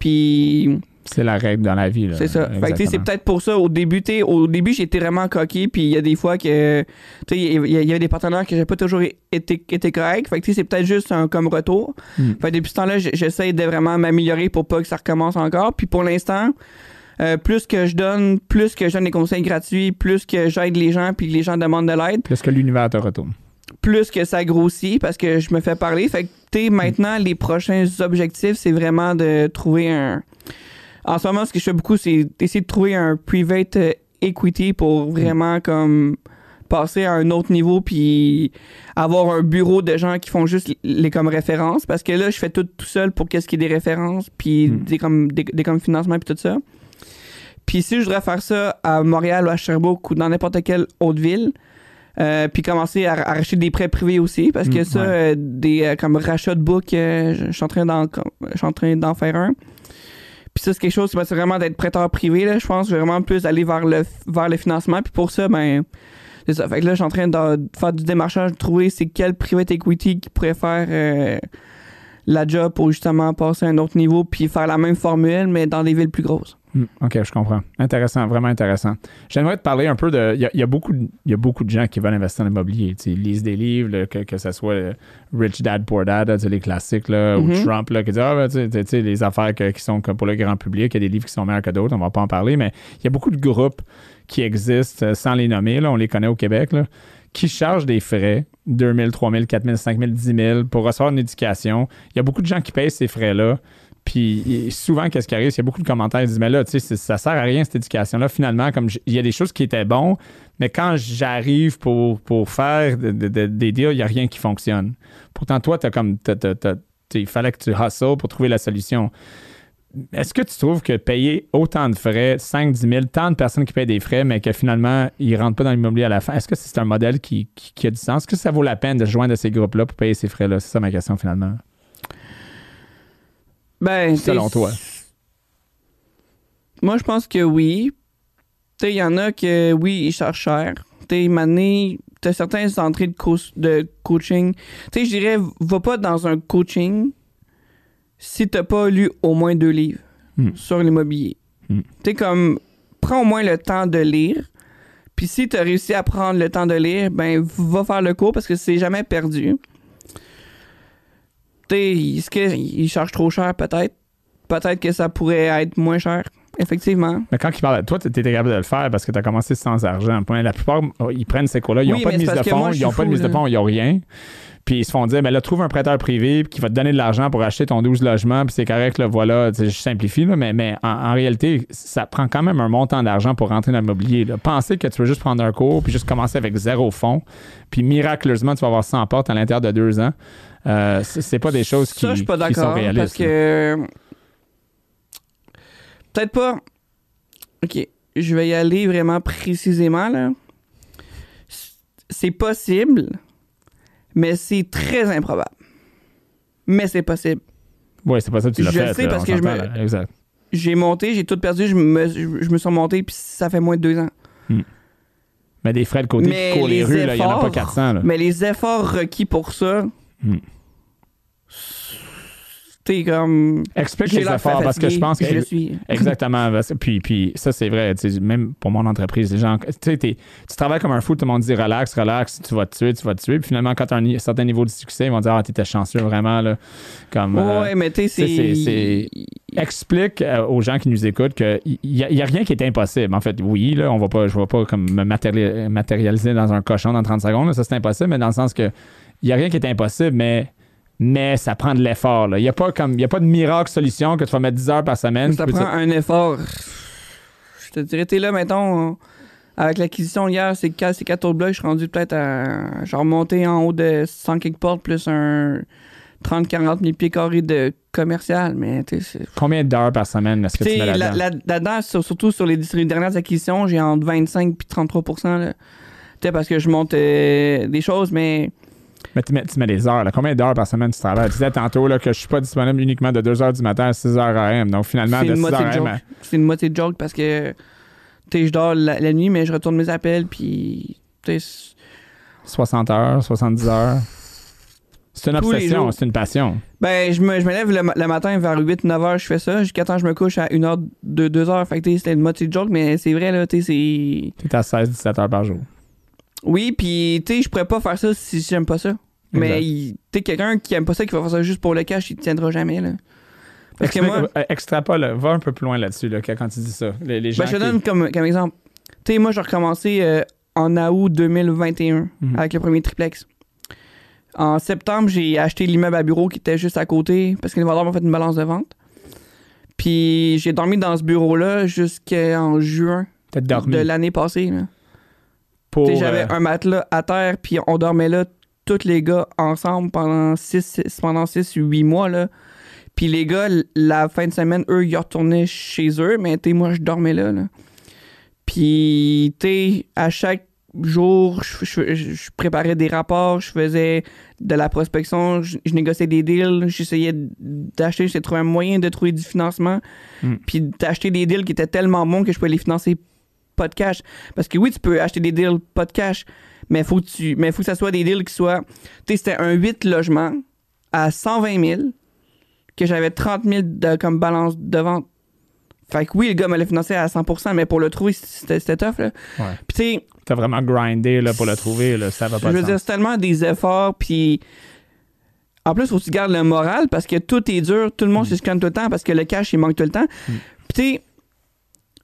B: Puis
A: C'est la règle dans la vie, là.
B: c'est ça. Fait que, tu sais,
A: euh,
B: c'est
A: Exactement.
B: peut-être pour ça. Au début, tu sais, au début j'étais vraiment coquille. Puis il y a des fois que. Tu sais, il y, a- il y avait des partenaires que j'ai pas toujours été, été correct. Fait que, tu sais, c'est peut-être juste un comme retour.
A: Mm.
B: Fait que depuis ce temps-là, j- j'essaie de vraiment m'améliorer pour pas que ça recommence encore. Puis pour l'instant. euh, plus que je donne, plus que je donne des conseils gratuits, plus que j'aide les gens, puis que les gens demandent de l'aide,
A: Plus que l'univers te retourne.
B: plus que ça grossit parce que je me fais parler. Fait que, tu sais, maintenant, les prochains objectifs, c'est vraiment de trouver un. En ce moment, ce que je fais beaucoup, c'est d'essayer de trouver un private euh, equity pour vraiment, comme, passer à un autre niveau puis avoir un bureau de gens qui font juste les comme références parce que là je fais tout tout seul pour qu'est-ce qui est des références puis
A: Hmm.
B: des comme des, des comme financements puis tout ça. Puis si je voudrais faire ça à Montréal ou à Sherbrooke ou dans n'importe quelle autre ville euh, puis commencer à arracher des prêts privés aussi parce que
A: Hmm,
B: ça
A: ouais.
B: euh, des euh, comme rachats de books euh, je je suis en train d'en com- je suis en train d'en faire un. Puis ça, c'est quelque chose, c'est c'est vraiment d'être prêteur privé, là. Je pense que je vais vraiment plus aller vers le, vers le financement. Puis pour ça, ben, c'est ça. Fait que là, je suis en train de, de faire du démarchage, de trouver c'est quel private equity qui pourrait faire euh, la job pour justement passer à un autre niveau, puis faire la même formule, mais dans des villes plus grosses.
A: Hmm, OK, je comprends. Intéressant, vraiment intéressant. J'aimerais te parler un peu de. Il y a, il y a beaucoup, de- il y a beaucoup de gens qui veulent investir en immobilier. Tu sais, ils lisent des livres, là, que, que ce soit euh, Rich Dad Poor Dad, là, tu sais, les classiques, là,
B: Mhm.
A: ou Trump, là, qui dit Ah, ben, tu sais, tu sais, les affaires que- qui sont comme pour le grand public, il y a des livres qui sont meilleurs que d'autres, on va pas en parler, mais il y a beaucoup de groupes qui existent, euh, sans les nommer, là, on les connaît au Québec, là, qui chargent des frais 2000, 3000, 4000, 5000, 10 000 pour recevoir une éducation. Il y a beaucoup de gens qui payent ces frais-là. Puis et souvent, qu'est-ce qui arrive, c'est qu'il y a beaucoup de commentaires qui disent Mais là, tu sais, c'est- ça sert à rien cette éducation-là. Finalement, comme j- il y a des choses qui étaient bonnes, mais quand j'arrive pour, pour faire de- de- de- des deals, il n'y a rien qui fonctionne. Pourtant, toi, t'as comme. t'as- t'as- t'as- t'sais, il fallait que tu hustles pour trouver la solution. Est-ce que tu trouves que payer autant de frais, 5, 10 000, tant de personnes qui payent des frais, mais que finalement, ils ne rentrent pas dans l'immobilier à la fin, est-ce que c'est un modèle qui, qui- qui a du sens? Est-ce que ça vaut la peine de se joindre à ces groupes-là pour payer ces frais-là? C'est ça ma question finalement.
B: Ben,
A: Selon
B: t'sais,
A: toi.
B: Moi, je pense que oui. Tu sais, il y en a que, oui, ils cherchent cher. Tu sais, mané, t'as certains entrées de, co- de coaching. Tu sais, je dirais, va pas dans un coaching si t'as pas lu au moins deux livres
A: Hmm.
B: sur l'immobilier.
A: Hmm.
B: Tu sais, comme, prends au moins le temps de lire. Puis si t'as réussi à prendre le temps de lire, ben, va faire le cours parce que c'est jamais perdu. Tu sais, est-ce qu'ils chargent trop cher, peut-être? Peut-être que ça pourrait être moins cher, effectivement.
A: Mais quand ils parlent, toi, tu étais capable de le faire parce que tu as commencé sans argent. Point. La plupart, oh, ils prennent ces cours-là, ils n'ont
B: Oui,
A: pas
B: mais
A: de mise
B: c'est
A: de
B: parce que
A: fonds,
B: moi, je
A: ils n'ont
B: suis
A: pas de
B: fou,
A: mise de
B: là.
A: fonds, ils n'ont rien. Puis ils se font dire, mais là, trouve un prêteur privé qui va te donner de l'argent pour acheter ton 12 logements, puis c'est correct, là, voilà. Tu sais, Je simplifie, là, mais, mais en, en réalité, ça prend quand même un montant d'argent pour rentrer dans l'immobilier. là. Penser que tu veux juste prendre un cours, puis juste commencer avec zéro fonds, puis miraculeusement, tu vas avoir 100 portes à l'intérieur de deux ans, euh, c'est c'est pas des choses qui,
B: Ça, je suis pas
A: qui sont
B: d'accord
A: réalistes.
B: parce
A: là.
B: que peut-être pas. Ok, je vais y aller vraiment précisément là. C'est possible, mais c'est très improbable. Mais c'est possible.
A: Oui, c'est pas ça que tu l'as
B: Je
A: fait.
B: sais
A: là,
B: parce
A: on
B: que je me-
A: s'entend, là. Exact.
B: J'ai monté, j'ai tout perdu, je me, je, je me suis remonté, puis ça fait moins de deux ans.
A: Mais des frais de côté
B: Mais
A: qui courent les,
B: les
A: rues, là, il n'y en a pas
B: efforts-
A: 400. là.
B: Mais les efforts requis pour ça,
A: Hmm.
B: t'es comme.
A: Explique
B: j'ai
A: les
B: l'air
A: efforts parce que je
B: fatigué,
A: pense que
B: Je le suis.
A: exactement parce que- puis puis ça c'est vrai tu sais, même pour mon entreprise les gens tu sais t'es- tu travailles comme un fou tout le monde dit relax relax tu vas te tuer tu vas te tuer puis finalement quand tu as un ni- certain niveau de succès ils vont dire ah t'étais chanceux vraiment là comme euh,
B: Ouais, mais tu
A: tu sais,
B: sais,
A: c'est-
B: c'est.
A: explique euh, aux gens qui nous écoutent qu'il n'y a, y a rien qui est impossible. En fait, oui, là, on va pas, je ne vais pas comme me matéri- matérialiser dans un cochon dans 30 secondes. là, ça, c'est impossible, mais dans le sens que il n'y a rien qui est impossible, mais, mais ça prend de l'effort. là. Il n'y a, pas comme- y a pas de miracle solution que tu vas mettre 10 heures par semaine.
B: Ça
A: puis tu-
B: prend un effort. Je te dirais, t'es là, mettons, avec l'acquisition hier, c'est quatre- c'est 4 autres blocs, je suis rendu peut-être à genre monter en haut de 100 quelques portes, plus un 30-40 000 pieds carrés de commercial. Mais tu sais, c'est-
A: Combien d'heures par semaine est-ce que
B: Tu
A: tu
B: sais,
A: mets
B: la-
A: là-dedans?
B: la- là-dedans, sur- surtout sur les, sur les dernières acquisitions, j'ai entre 25 puis 33 là. Tu sais, parce que je monte euh, des choses, mais
A: Mais tu mets, tu mets des heures. là. Combien d'heures par semaine tu travailles? Tu disais tantôt là, que je ne suis pas disponible uniquement de 2 heures du matin à 6 heures AM. Donc finalement,
B: C'est
A: de
B: une
A: 6
B: moitié de
A: heures AM
B: joke.
A: à-
B: c'est une moitié de joke parce que tu sais, je dors la, la nuit, mais je retourne mes appels, puis tu sais, c'est-
A: 60 heures, 70 heures. C'est une
B: Tous les
A: obsession,
B: jours.
A: c'est une passion.
B: Ben, je me, je me lève le, ma- le matin vers 8-9 heures, je fais ça. Jusqu'à temps, je me couche à 1 heure, 2, 2 heures. Fait que, tu sais, c'était une moitié de joke, mais c'est vrai, là, tu sais, c'est.
A: T'es à 16-17 heures par jour.
B: Oui, puis, tu sais, je pourrais pas faire ça si j'aime pas ça. Mais, il- tu sais, quelqu'un qui aime pas ça, qui va faire ça juste pour le cash, il tiendra jamais, là. Parce que moi,
A: Explique- euh, extrapole, va un peu plus loin là-dessus là, quand tu dis ça. Les, les gens
B: ben, je te
A: qui-
B: donne comme, comme exemple. Tu sais, moi, j'ai recommencé euh, en août 2021
A: Mhm.
B: avec le premier triplex. En septembre, j'ai acheté l'immeuble à bureau qui était juste à côté parce que les vendeurs m'ont fait une balance de vente. Puis j'ai dormi dans ce bureau-là jusqu'en juin
A: T'as dormi.
B: de l'année passée. là.
A: pour.
B: Tu sais, J'avais
A: euh,
B: un matelas à terre, puis on dormait là, tous les gars ensemble pendant 6 pendant six, huit mois. Là. Puis les gars, l- la fin de semaine, eux, ils retournaient chez eux, mais tu sais, moi, je dormais là. là. Puis, tu sais, à chaque jour, je, je- je- je préparais des rapports, je faisais de la prospection, je, je négociais des deals, j'essayais d'acheter, j'essayais de trouver un moyen de trouver du financement,
A: Mm.
B: puis d'acheter des deals qui étaient tellement bons que je pouvais les financer pas de cash. Parce que oui, tu peux acheter des deals pas de cash, mais faut que tu, mais faut que ça soit des deals qui soient. Tu sais, c'était un 8 logements à 120 000 que j'avais 30 000 de- comme balance de vente. Fait que oui, le gars me l'a financé à 100%, mais pour le trouver, c'était c'était tough. Là.
A: ouais.
B: Puis tu sais,
A: T'as vraiment grindé là, pour le trouver, là, ça va
B: je
A: pas de
B: veux
A: sens.
B: dire, c'est tellement des efforts, puis. En plus, faut que tu gardes le moral parce que tout est dur, tout le
A: Mm.
B: monde se scanne tout le temps parce que le cash, il manque tout le temps. Puis, tu sais,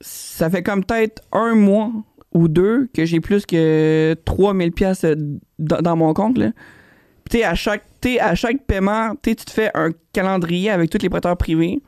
B: ça fait comme peut-être un mois ou deux que j'ai plus que 3000 pièces dans, dans mon compte. Là. Puis, tu sais, à chaque, tu sais, à chaque paiement, tu sais, tu te fais un calendrier avec tous les prêteurs privés.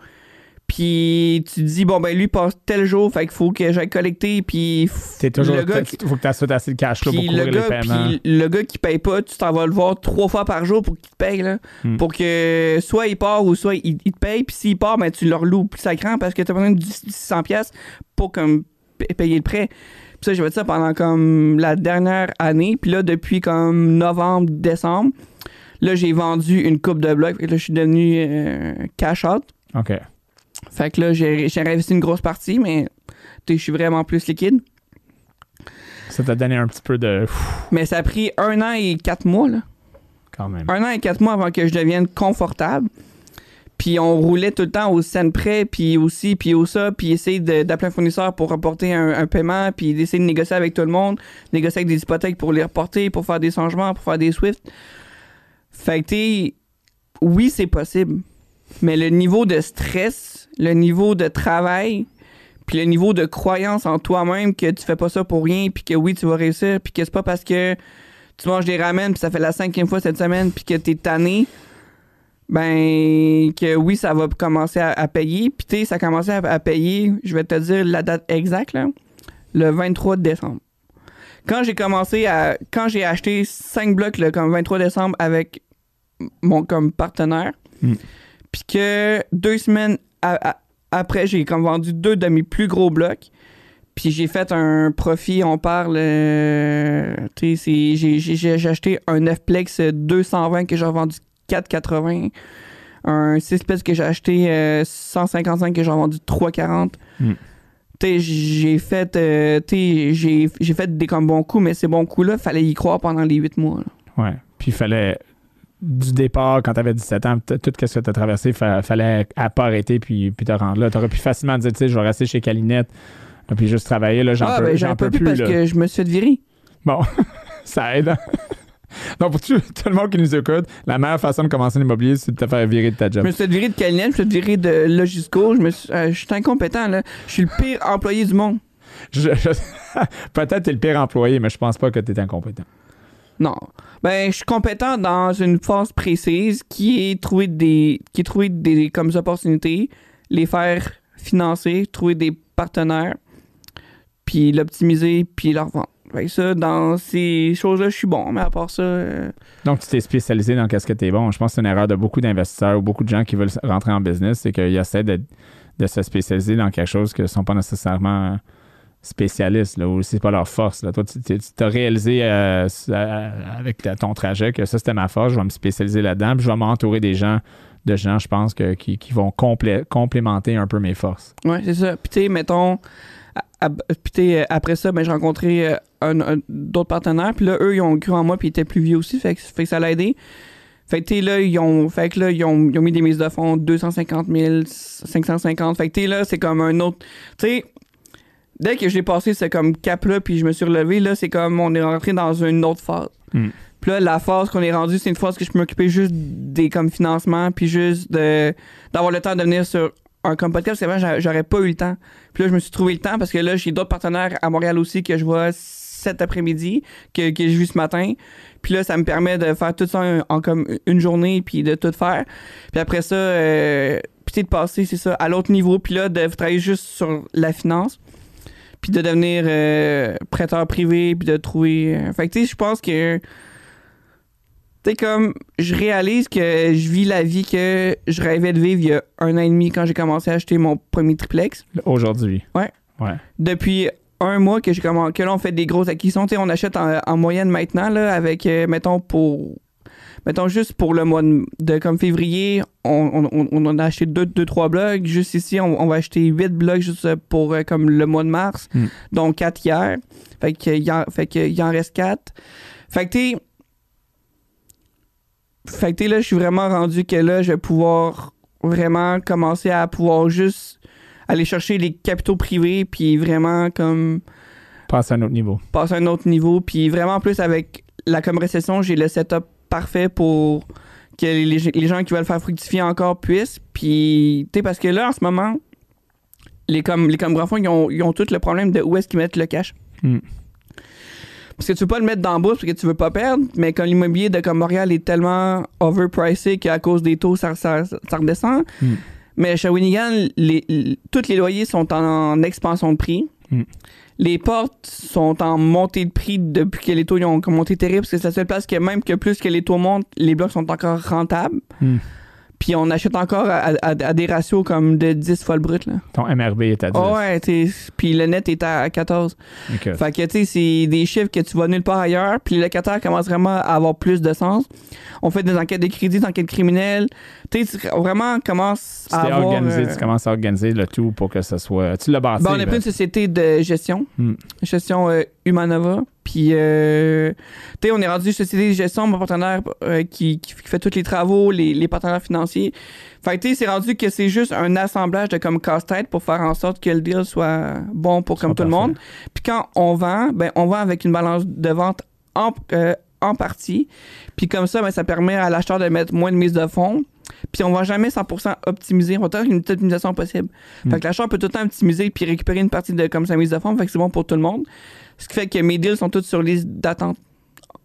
B: Puis, tu te dis, bon, ben, lui passe tel jour, fait qu'il faut que j'aille collecter, puis. f-
A: C'est toujours.
B: le gars
A: t'as-
B: qui-
A: Faut que t'assoutes assez de cash là, pour
B: puis
A: couvrir
B: le,
A: les
B: gars,
A: paiements.
B: puis le gars qui paye pas, tu t'en vas le voir trois fois par jour pour qu'il te paye. Là,
A: Hmm.
B: Pour que soit il part ou soit il, il te paye. Puis s'il part, ben, tu leur loues plus sacrant parce que tu as besoin de 10 600 pièces pour comme, pa- payer le prêt. Puis ça, j'ai fait ça pendant comme la dernière année. Puis là, depuis comme novembre, décembre, là, j'ai vendu une coupe de blocs. Fait que là, je suis devenu euh, cash out.
A: OK.
B: Fait que là, j'ai j'ai réinvesti une grosse partie, mais tu sais, je suis vraiment plus liquide.
A: Ça t'a donné un petit peu de. pff,
B: Mais ça a pris un an et quatre mois, là.
A: quand même.
B: un an et quatre mois avant que je devienne confortable. Puis on roulait tout le temps au scène près, puis aussi, puis au ça, puis essayer de- d'appeler un fournisseur pour reporter un, un paiement, puis d'essayer de négocier avec tout le monde, négocier avec des hypothèques pour les reporter, pour faire des changements, pour faire des Swift. Fait que t'sais, oui, c'est possible, mais le niveau de stress, le niveau de travail, puis le niveau de croyance en toi-même que tu fais pas ça pour rien, puis que oui, tu vas réussir, puis que c'est pas parce que tu manges des ramen, puis ça fait la cinquième fois cette semaine, puis que t'es tanné, ben, que oui, ça va commencer à, à payer. Puis, tu sais, ça a commencé à, à payer, je vais te dire la date exacte, là, le 23 décembre. Quand j'ai commencé à. Quand j'ai acheté 5 blocs le comme 23 décembre avec mon comme partenaire,
A: Mm.
B: puis que deux semaines a- a- après, j'ai comme vendu deux de mes plus gros blocs. Puis j'ai fait un profit, on parle. euh, tu sais, c'est- j'ai- j'ai j'ai acheté un 9plex 220 que j'ai revendu 4,80. Un 6plex que j'ai acheté euh, 155 que j'ai revendu 3,40.
A: Mm.
B: Tu sais, j'ai fait, euh, tu sais, j'ai j'ai fait des comme bons coups, mais ces bons coups-là, fallait y croire pendant les 8 mois. là.
A: Ouais. Puis il fallait. Du départ, quand t'avais 17 ans, t- tout ce que t'as traversé, fa- fallait à pas arrêter puis, puis te rendre là. T'aurais pu facilement dire, tu sais, je vais rester chez Calinette puis juste travailler, là, j'en
B: Ah,
A: peux,
B: ben,
A: j'en peux plus.
B: parce
A: là.
B: que je me suis fait virer.
A: Ça aide. hein? non, pour tout, tout le monde qui nous écoute, la meilleure façon de commencer l'immobilier, c'est de te faire virer de ta
B: Je
A: job.
B: me suis fait virer de Calinet, je me suis fait virer de Logisco. Je me suis- euh, je suis incompétent, là. Je suis le pire employé du monde.
A: Je- je- Peut-être t'es le pire employé, mais je pense pas que t'es incompétent.
B: Non. Ben, je suis compétent dans une phase précise qui est trouver des, qui est trouver des comme opportunités, les faire financer, trouver des partenaires, puis l'optimiser, puis leur vendre. Fait que ça, dans ces choses-là, je suis bon, mais à part ça, euh,
A: Donc, tu t'es spécialisé dans qu'est-ce que t'es bon. Je pense que c'est une erreur de beaucoup d'investisseurs ou beaucoup de gens qui veulent rentrer en business, c'est qu'ils essaient de, de se spécialiser dans quelque chose que ne sont pas nécessairement spécialistes là, ou c'est pas leur force. Là. Toi, tu tu- tu t'as réalisé euh, s- euh, avec ta- ton trajet que ça, c'était ma force, je vais me spécialiser là-dedans, puis je vais m'entourer des gens, de gens, je pense, que, qui, qui vont complé- complémenter un peu mes forces.
B: ouais, c'est ça. Puis, tu sais, mettons, à- à- puis, tu sais, après ça, ben, j'ai rencontré euh, un- un- d'autres partenaires, puis là, eux, ils ont cru en moi, puis ils étaient plus vieux aussi, fait que, fait que ça l'a aidé. Fait que, tu sais, là, ils ont, fait que là, ils ont, ils ont mis des mises de fonds 250 000, 550. Fait que, tu sais, là, c'est comme un autre. Tu sais, dès que j'ai passé ce comme cap-là, puis je me suis relevé, là, c'est comme on est rentré dans une autre phase.
A: Mm.
B: Puis là, la phase qu'on est rendu, c'est une phase que je peux m'occuper juste des comme financements, puis juste de d'avoir le temps de venir sur un comme podcast, parce qu'avant, j'a- j'aurais pas eu le temps. Puis là, je me suis trouvé le temps parce que là, j'ai d'autres partenaires à Montréal aussi que je vois cet après-midi, que, que j'ai vu ce matin. Puis là, ça me permet de faire tout ça en, en comme une journée, puis de tout faire. Puis après ça, euh, puis tu sais, de passer, c'est ça, à l'autre niveau, puis là, de travailler juste sur la finance. puis de devenir euh, prêteur privé, puis de trouver. euh, Fait que, tu sais, je pense que. Tu sais, comme, je réalise que je vis la vie que je rêvais de vivre il y a un an et demi quand j'ai commencé à acheter mon premier triplex.
A: Aujourd'hui.
B: Ouais.
A: Ouais.
B: Depuis un mois que j'ai commencé. Que là, on fait des grosses acquisitions. Tu sais, on achète en, en moyenne maintenant, là, avec, euh, mettons, pour. Mettons juste pour le mois de, de comme février, on, on, on- on en a acheté 2 deux, deux, trois blogs. Juste ici, on, on va acheter 8 blogs juste euh, pour euh, comme le mois de mars,
A: Mm.
B: dont 4 hier. Fait que, euh, il en, fait que, euh, il en reste 4. Fait que tu sais, fait que tu sais, là, je suis vraiment rendu que là, je vais pouvoir vraiment commencer à pouvoir juste aller chercher les capitaux privés puis vraiment comme
A: Passe à un autre niveau.
B: passer à un autre niveau. Puis vraiment, en plus, avec la comme récession, j'ai le setup parfait pour que les, les gens qui veulent faire fructifier encore puissent. Puis, tu sais, parce que là, en ce moment, les comme les comme grands fonds, ils ont, ils ont tout le problème de où est-ce qu'ils mettent le cash.
A: Hmm.
B: Parce que tu veux pas le mettre dans la bourse parce que tu veux pas perdre, mais comme l'immobilier de comme Montréal est tellement overpricé qu'à cause des taux, ça, ça, ça redescend.
A: Hmm.
B: Mais à Shawinigan, les, les- tous les loyers sont en, expansion de prix.
A: Hmm.
B: Les portes sont en montée de prix depuis que les taux ils ont monté terrible, parce que c'est la seule place que même que plus que les taux montent, les blocs sont encore rentables.
A: Hmm.
B: Puis on achète encore à, à- à des ratios comme de 10 fois le brut. Là.
A: Ton MRB est à 10.
B: Ah ouais, t'sais, puis le net est à 14.
A: Ok.
B: Fait que, tu sais, c'est des chiffres que tu vois nulle part ailleurs. Puis les locataires commencent vraiment à avoir plus de sens. On fait des enquêtes de crédit, des enquêtes criminelles. Tu sais, on vraiment commence
A: Tu
B: à
A: t'es
B: avoir...
A: organisé,
B: euh,
A: tu commences à organiser le tout pour que ce soit. Tu l'as bâti.
B: ben, on
A: là.
B: est plus une société de gestion,
A: Hmm.
B: gestion euh, Humanova. Puis, euh, tu sais, on est rendu une société de gestion, mon partenaire euh, qui, qui- qui fait tous les travaux, les, les partenaires financiers. Fait que, tu sais, c'est rendu que c'est juste un assemblage de comme casse-tête pour faire en sorte que le deal soit bon pour comme
A: Soit
B: tout le
A: parfait.
B: monde. Puis quand on vend, ben, on vend avec une balance de vente en, euh, en partie. Puis comme ça, ben, ça permet à l'acheteur de mettre moins de mise de fonds. Puis on va jamais 100% optimiser. On va toujours une petite optimisation possible.
A: Mm.
B: Fait que l'acheteur peut tout le temps optimiser puis récupérer une partie de comme sa mise de fonds. Fait que c'est bon pour tout le monde. Ce qui fait que mes deals sont tous sur liste d'attente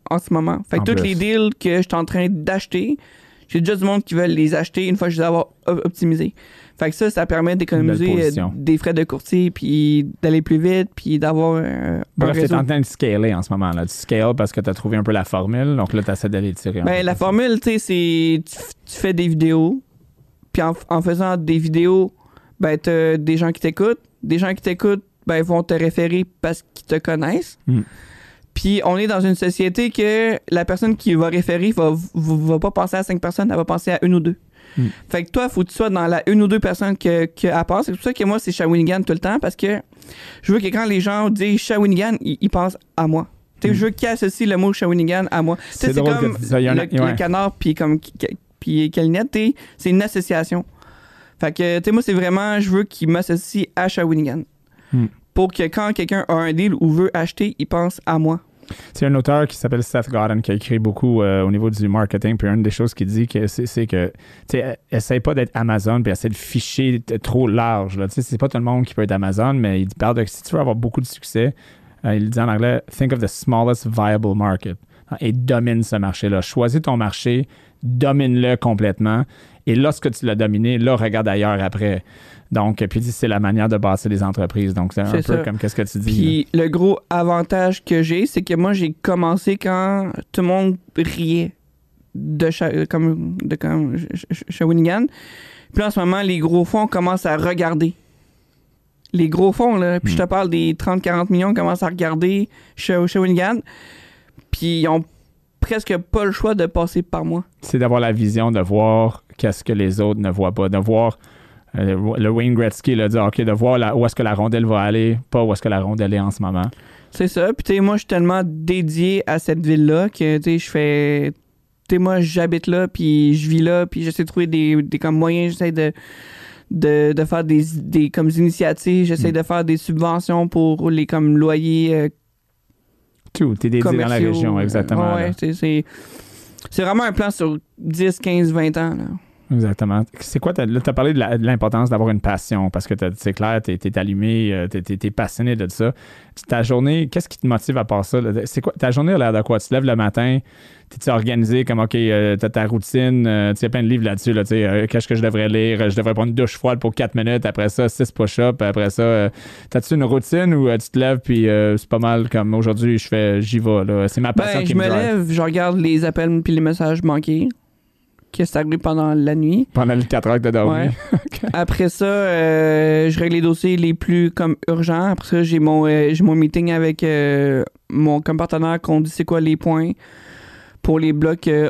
B: en ce moment. Fait
A: En
B: que tous
A: plus.
B: les deals que je suis en train d'acheter, j'ai déjà du monde qui veulent les acheter une fois que je les ai avoir op- optimisés. Fait que ça, ça permet
A: Belle
B: d'économiser
A: position.
B: euh, des frais de courtier, puis d'aller plus vite, puis d'avoir euh, un
A: Bref, t'es
B: réseau.
A: en train de scaler en ce moment. Là. Tu scales parce que t'as trouvé un peu la formule. Donc là, t'essaies d'aller le tirer. un peu.
B: Ben, la formule, tu sais, c'est tu, f- tu fais des vidéos, puis en, f- en faisant des vidéos, ben, t'as des gens qui t'écoutent. Des gens qui t'écoutent, ben, vont te référer parce qu'ils te connaissent.
A: Hmm.
B: Puis on est dans une société que la personne qui va référer va, va, va pas penser à cinq personnes, elle va penser à une ou deux.
A: Hmm.
B: Fait que toi, faut que tu sois dans la une ou deux personnes que, que elle pense. C'est pour ça que moi, c'est Shawinigan tout le temps parce que je veux que quand les gens disent Shawinigan, ils, ils pensent à moi.
A: Mm.
B: Tu sais, Je veux qu'ils associent le mot Shawinigan à moi. Tu sais,
A: C'est drôle que
B: comme
A: tu dis ça. Il y a un-
B: le,
A: il y a
B: le
A: un-
B: canard puis comme puis Calinette, tu sais, c'est une association. Fait que, tu sais, moi, c'est vraiment, je veux qu'ils m'associent à Shawinigan.
A: Hmm.
B: Pour que quand quelqu'un a un deal ou veut acheter, il pense à moi.
A: C'est un auteur qui s'appelle Seth Godin qui a écrit beaucoup euh, au niveau du marketing. Puis une des choses qu'il dit, que c'est c'est que, tu sais, euh, essaye pas d'être Amazon puis essaye de ficher t- euh, trop large. là. Tu sais, c'est pas tout le monde qui peut être Amazon, mais il parle de que si tu veux avoir beaucoup de succès, euh, il dit en anglais, think of the smallest viable market. Hein, Et domine ce marché-là. Choisis ton marché, domine-le complètement. Et lorsque tu l'as dominé, là, regarde ailleurs après. Donc, euh, puis il dit, c'est la manière de bâtir les entreprises. Donc, c'est un peu
B: C'est ça.
A: comme qu'est-ce que tu dis. là.
B: Puis le gros avantage que j'ai, c'est que moi, j'ai commencé quand tout le monde riait de, Sha- euh, comme, de comme Sh- Sh- Shawinigan. Puis là, en ce moment, les gros fonds commencent à regarder. Les gros fonds, là. Puis
A: Mm.
B: je te parle des 30-40 millions commencent à regarder Sha- Shawinigan. Puis ils ont presque pas le choix de passer par moi.
A: c'est d'avoir la vision de voir qu'est-ce que les autres ne voient pas, de voir euh, le Wayne Gretzky là, dire ok de voir la- où est-ce que la rondelle va aller, pas où est-ce que la rondelle est en ce moment.
B: C'est ça. Puis, tu sais, moi, je suis tellement dédié à cette ville-là que, tu sais, je fais. Tu sais, moi, j'habite là, puis je vis là, puis j'essaie de trouver des, des comme moyens, j'essaie de, de, de faire des, des comme initiatives, j'essaie
A: Mm.
B: de faire des subventions pour les comme loyers euh,
A: Tout, t'es dédié dans
B: commerciaux. euh,
A: la région, exactement.
B: Ouais,
A: là.
B: c'est- c'est c'est vraiment un plan sur 10, 15, 20 ans. Là.
A: Exactement. C'est quoi, t'as- là, tu as parlé de la- de l'importance d'avoir une passion parce que t'as- c'est clair, tu es, allumé, euh, tu es, passionné de ça. Ta journée, qu'est-ce qui te motive à part ça? là? C'est quoi, ta journée a l'air de quoi? Tu te lèves le matin, t'es-tu organisé comme, OK, tu as ta routine, euh, tu sais, il y a plein de livres là-dessus, là, tu sais, euh, qu'est-ce que je devrais lire? Je devrais prendre une douche froide pour 4 minutes, après ça, 6 push-ups, après ça, euh, t'as-tu une routine ou euh, tu te lèves puis euh, c'est pas mal comme aujourd'hui, je fais, j'y vais, là. C'est ma passion
B: Ben,
A: qui
B: je
A: me,
B: me
A: drive.
B: lève, je regarde les appels puis les messages manqués qui s'est arrivé pendant la nuit.
A: Pendant les 4 heures que t'as dormi.
B: Ouais. Après ça, euh, je règle les dossiers les plus comme urgents. Après ça, j'ai mon, euh, j'ai mon meeting avec euh, mon comme partenaire qu'on dit c'est quoi les points pour les blocs euh,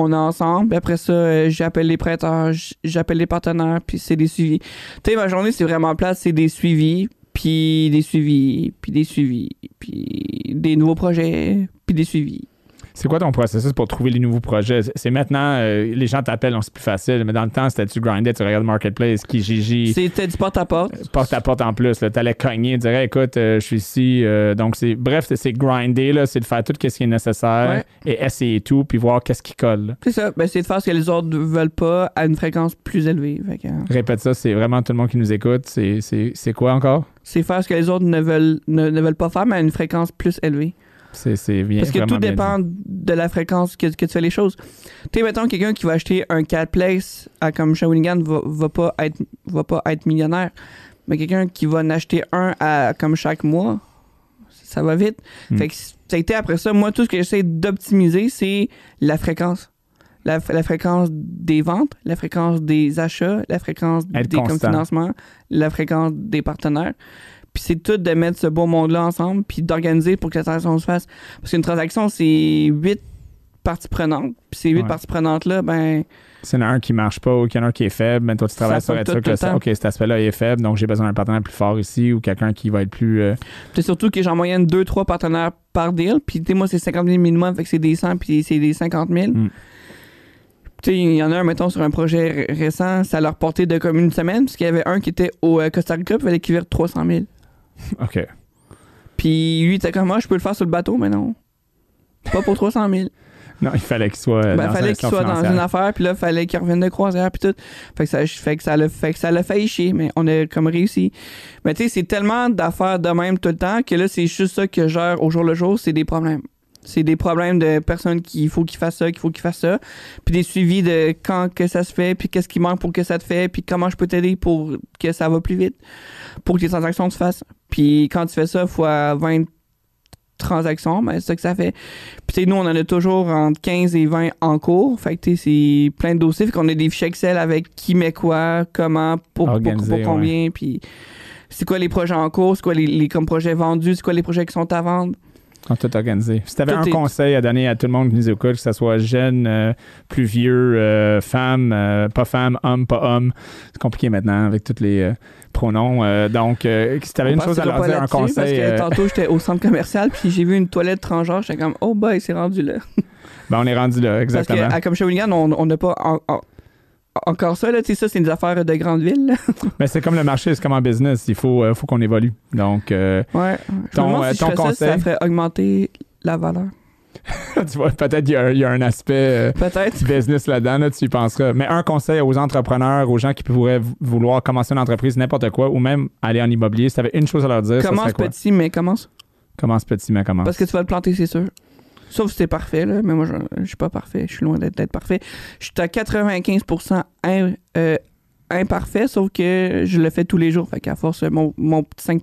B: on a ensemble. Puis après ça, euh, j'appelle les prêteurs, j- j'appelle les partenaires, puis c'est des suivis. Tu sais, ma journée, c'est vraiment place, c'est des suivis, puis des suivis, puis des suivis, puis des nouveaux projets, puis des suivis.
A: C'est quoi ton processus pour trouver les nouveaux projets? C'est- C'est maintenant, euh, les gens t'appellent, donc c'est plus facile, mais dans le temps, c'était tu grindais, tu regardes Marketplace, Kijiji,
B: C'était du porte-à-porte.
A: porte à porte en plus. là. T'allais cogner, dirais, écoute, euh, je suis ici. euh, donc, c'est bref, c'est- c'est grinder, là, c'est de faire tout ce qui est nécessaire et essayer tout, puis voir qu'est-ce qui colle. là.
B: C'est ça. Ben, c'est de faire ce que les autres ne veulent pas à une fréquence plus élevée. Fait que, hein,
A: Répète ça, c'est vraiment tout le monde qui nous écoute. C'est- C'est c'est quoi encore?
B: c'est faire ce que les autres ne veulent, ne, ne veulent pas faire, mais à une fréquence plus élevée.
A: C'est c'est bien.
B: Parce que
A: vraiment
B: tout
A: bien dit.
B: dépend de la fréquence que, que tu fais les choses. Tu sais, mettons, quelqu'un qui va acheter un 4 place à comme Shawinigan va, va, pas être, va pas être millionnaire. Mais quelqu'un qui va en acheter un à comme chaque mois, ça va vite.
A: Mm.
B: Fait que ça a été après ça. Moi, tout ce que j'essaie d'optimiser, c'est la fréquence. La, la fréquence des ventes, la fréquence des achats, la fréquence
A: Être
B: des comme,
A: constant.
B: financements, la fréquence des partenaires. Puis c'est tout de mettre ce beau monde-là ensemble, puis d'organiser pour que la transaction se fasse. Parce qu'une transaction, c'est huit parties prenantes. Puis ces huit
A: Ouais.
B: parties prenantes-là, ben,
A: S'il y en a un qui marche pas ou qu'il y en a un qui est faible, mais toi, tu travailles
B: Ça
A: sur
B: fuck
A: être
B: tout
A: sûr
B: le
A: que ça,
B: temps.
A: OK, cet aspect-là il est faible, donc j'ai besoin d'un partenaire plus fort ici ou quelqu'un qui va être plus. euh,
B: c'est surtout que j'ai en moyenne deux, trois partenaires par deal. Puis tu sais, moi, c'est 50 000 minimum, fait que c'est des 100, puis c'est des 50 000.
A: Mm.
B: Tu sais, il y en a un, mettons, sur un projet ré- récent, ça leur portait de comme une semaine, parce qu'il y avait un qui était au euh, Costa Rica, puis il fallait qu'il vire 300 000.
A: OK.
B: Puis lui, il était comme, moi, je peux le faire sur le bateau, mais non. Pas pour 300 000.
A: Non, il fallait qu'il soit. euh,
B: Ben,
A: dans
B: fallait
A: une
B: qu'il
A: action
B: soit dans
A: financière.
B: une affaire, puis là, fallait qu'il revienne de croisière, puis tout. Fait que ça, fait que ça l'a fait, que ça l'a failli chier, mais on a comme réussi. Mais tu sais, c'est tellement d'affaires de même tout le temps que là, c'est juste ça que je gère au jour le jour, c'est des problèmes. C'est des problèmes de personnes qu'il faut qu'ils fassent ça, qu'il faut qu'ils fassent ça, puis des suivis de quand que ça se fait, puis qu'est-ce qui manque pour que ça te fait, puis comment je peux t'aider pour que ça va plus vite, pour que les transactions se fassent. Puis quand tu fais ça fois 20 transactions, ben, c'est ça que ça fait. Puis tu sais, nous, on en a toujours entre 15 et 20 en cours. Fait que tu sais, c'est plein de dossiers. Fait qu'on a des fichiers Excel avec qui met quoi, comment, pour, pour-
A: Organisé,
B: pour combien, puis c'est quoi les projets en cours, c'est quoi les, les- comme projets vendus, c'est quoi les projets qui sont à vendre.
A: Ils ont tout organisé. Si tu avais
B: Tout
A: un
B: est-
A: conseil à donner à tout le monde qui nous écoute, que ce soit jeune, euh, plus vieux, euh, femme, euh, pas femme, homme, pas homme, c'est compliqué maintenant avec tous les euh, pronoms. Euh, donc, euh, si tu avais
B: On
A: une chose à
B: partira
A: leur
B: pas
A: dire, un
B: là-dessus, Parce
A: conseil,
B: que
A: euh,
B: tantôt, j'étais au centre commercial, puis j'ai vu une toilette transgenre. J'étais comme, oh boy, c'est rendu là.
A: ben, on est rendu là, exactement.
B: Parce que, à, comme Shawinigan, on on n'a pas en- en- encore ça. Là, Tu sais, ça, c'est des affaires de grande ville. là.
A: Mais c'est comme le marché, c'est comme en business, il faut, euh, faut qu'on évolue. Donc, euh,
B: Ouais. Je
A: Ton,
B: me demande
A: euh,
B: si je
A: ton
B: ferais ça, si
A: conseil?
B: ça ferait augmenter la valeur.
A: tu vois, peut-être il y, a- il y a un aspect. euh,
B: Peut-être.
A: petit business là-dedans, là, tu y penseras. Mais un conseil aux entrepreneurs, aux gens qui pourraient vou- vouloir commencer une entreprise, n'importe quoi, ou même aller en immobilier, si tu avais une chose à leur dire, ça serait
B: Commence
A: quoi? Ah.
B: petit, mais commence.
A: Commence petit, mais commence.
B: Parce que tu vas le planter, c'est sûr. Sauf si t'es parfait, là. Mais moi, je, je suis pas parfait. Je suis loin d'être d'être parfait. Je suis à 95% im- euh, imparfait, sauf que je le fais tous les jours. Fait qu'à force, mon, mon petit 5%.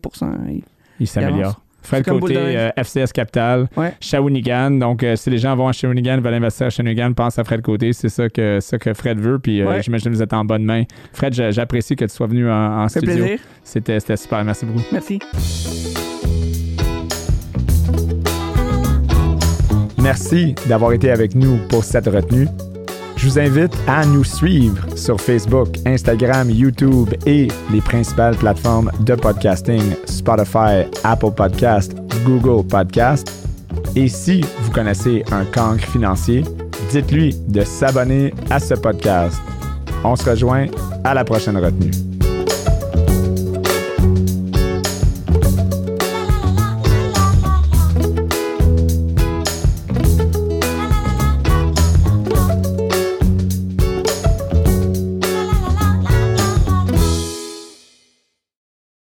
B: il-
A: Il
B: avance.
A: s'améliore. Fred
B: C'est comme
A: Côté,
B: boule de neige.
A: euh, FCS Capital,
B: Ouais.
A: Shawinigan. Donc, euh, si les gens vont à Shawinigan, veulent investir à Shawinigan, pense à Fred Côté. C'est ça que, ça que Fred veut. Puis, euh,
B: Ouais.
A: j'imagine que vous êtes en bonne main. Fred, j'a- j'apprécie que tu sois venu en, en
B: Ça fait
A: studio.
B: plaisir.
A: C'était c'était super. Merci beaucoup.
B: Merci.
A: Merci d'avoir été avec nous pour cette retenue. Je vous invite à nous suivre sur Facebook, Instagram, YouTube et les principales plateformes de podcasting Spotify, Apple Podcast, Google Podcast. Et si vous connaissez un cancre financier, dites-lui de s'abonner à ce podcast. On se rejoint à la prochaine retenue.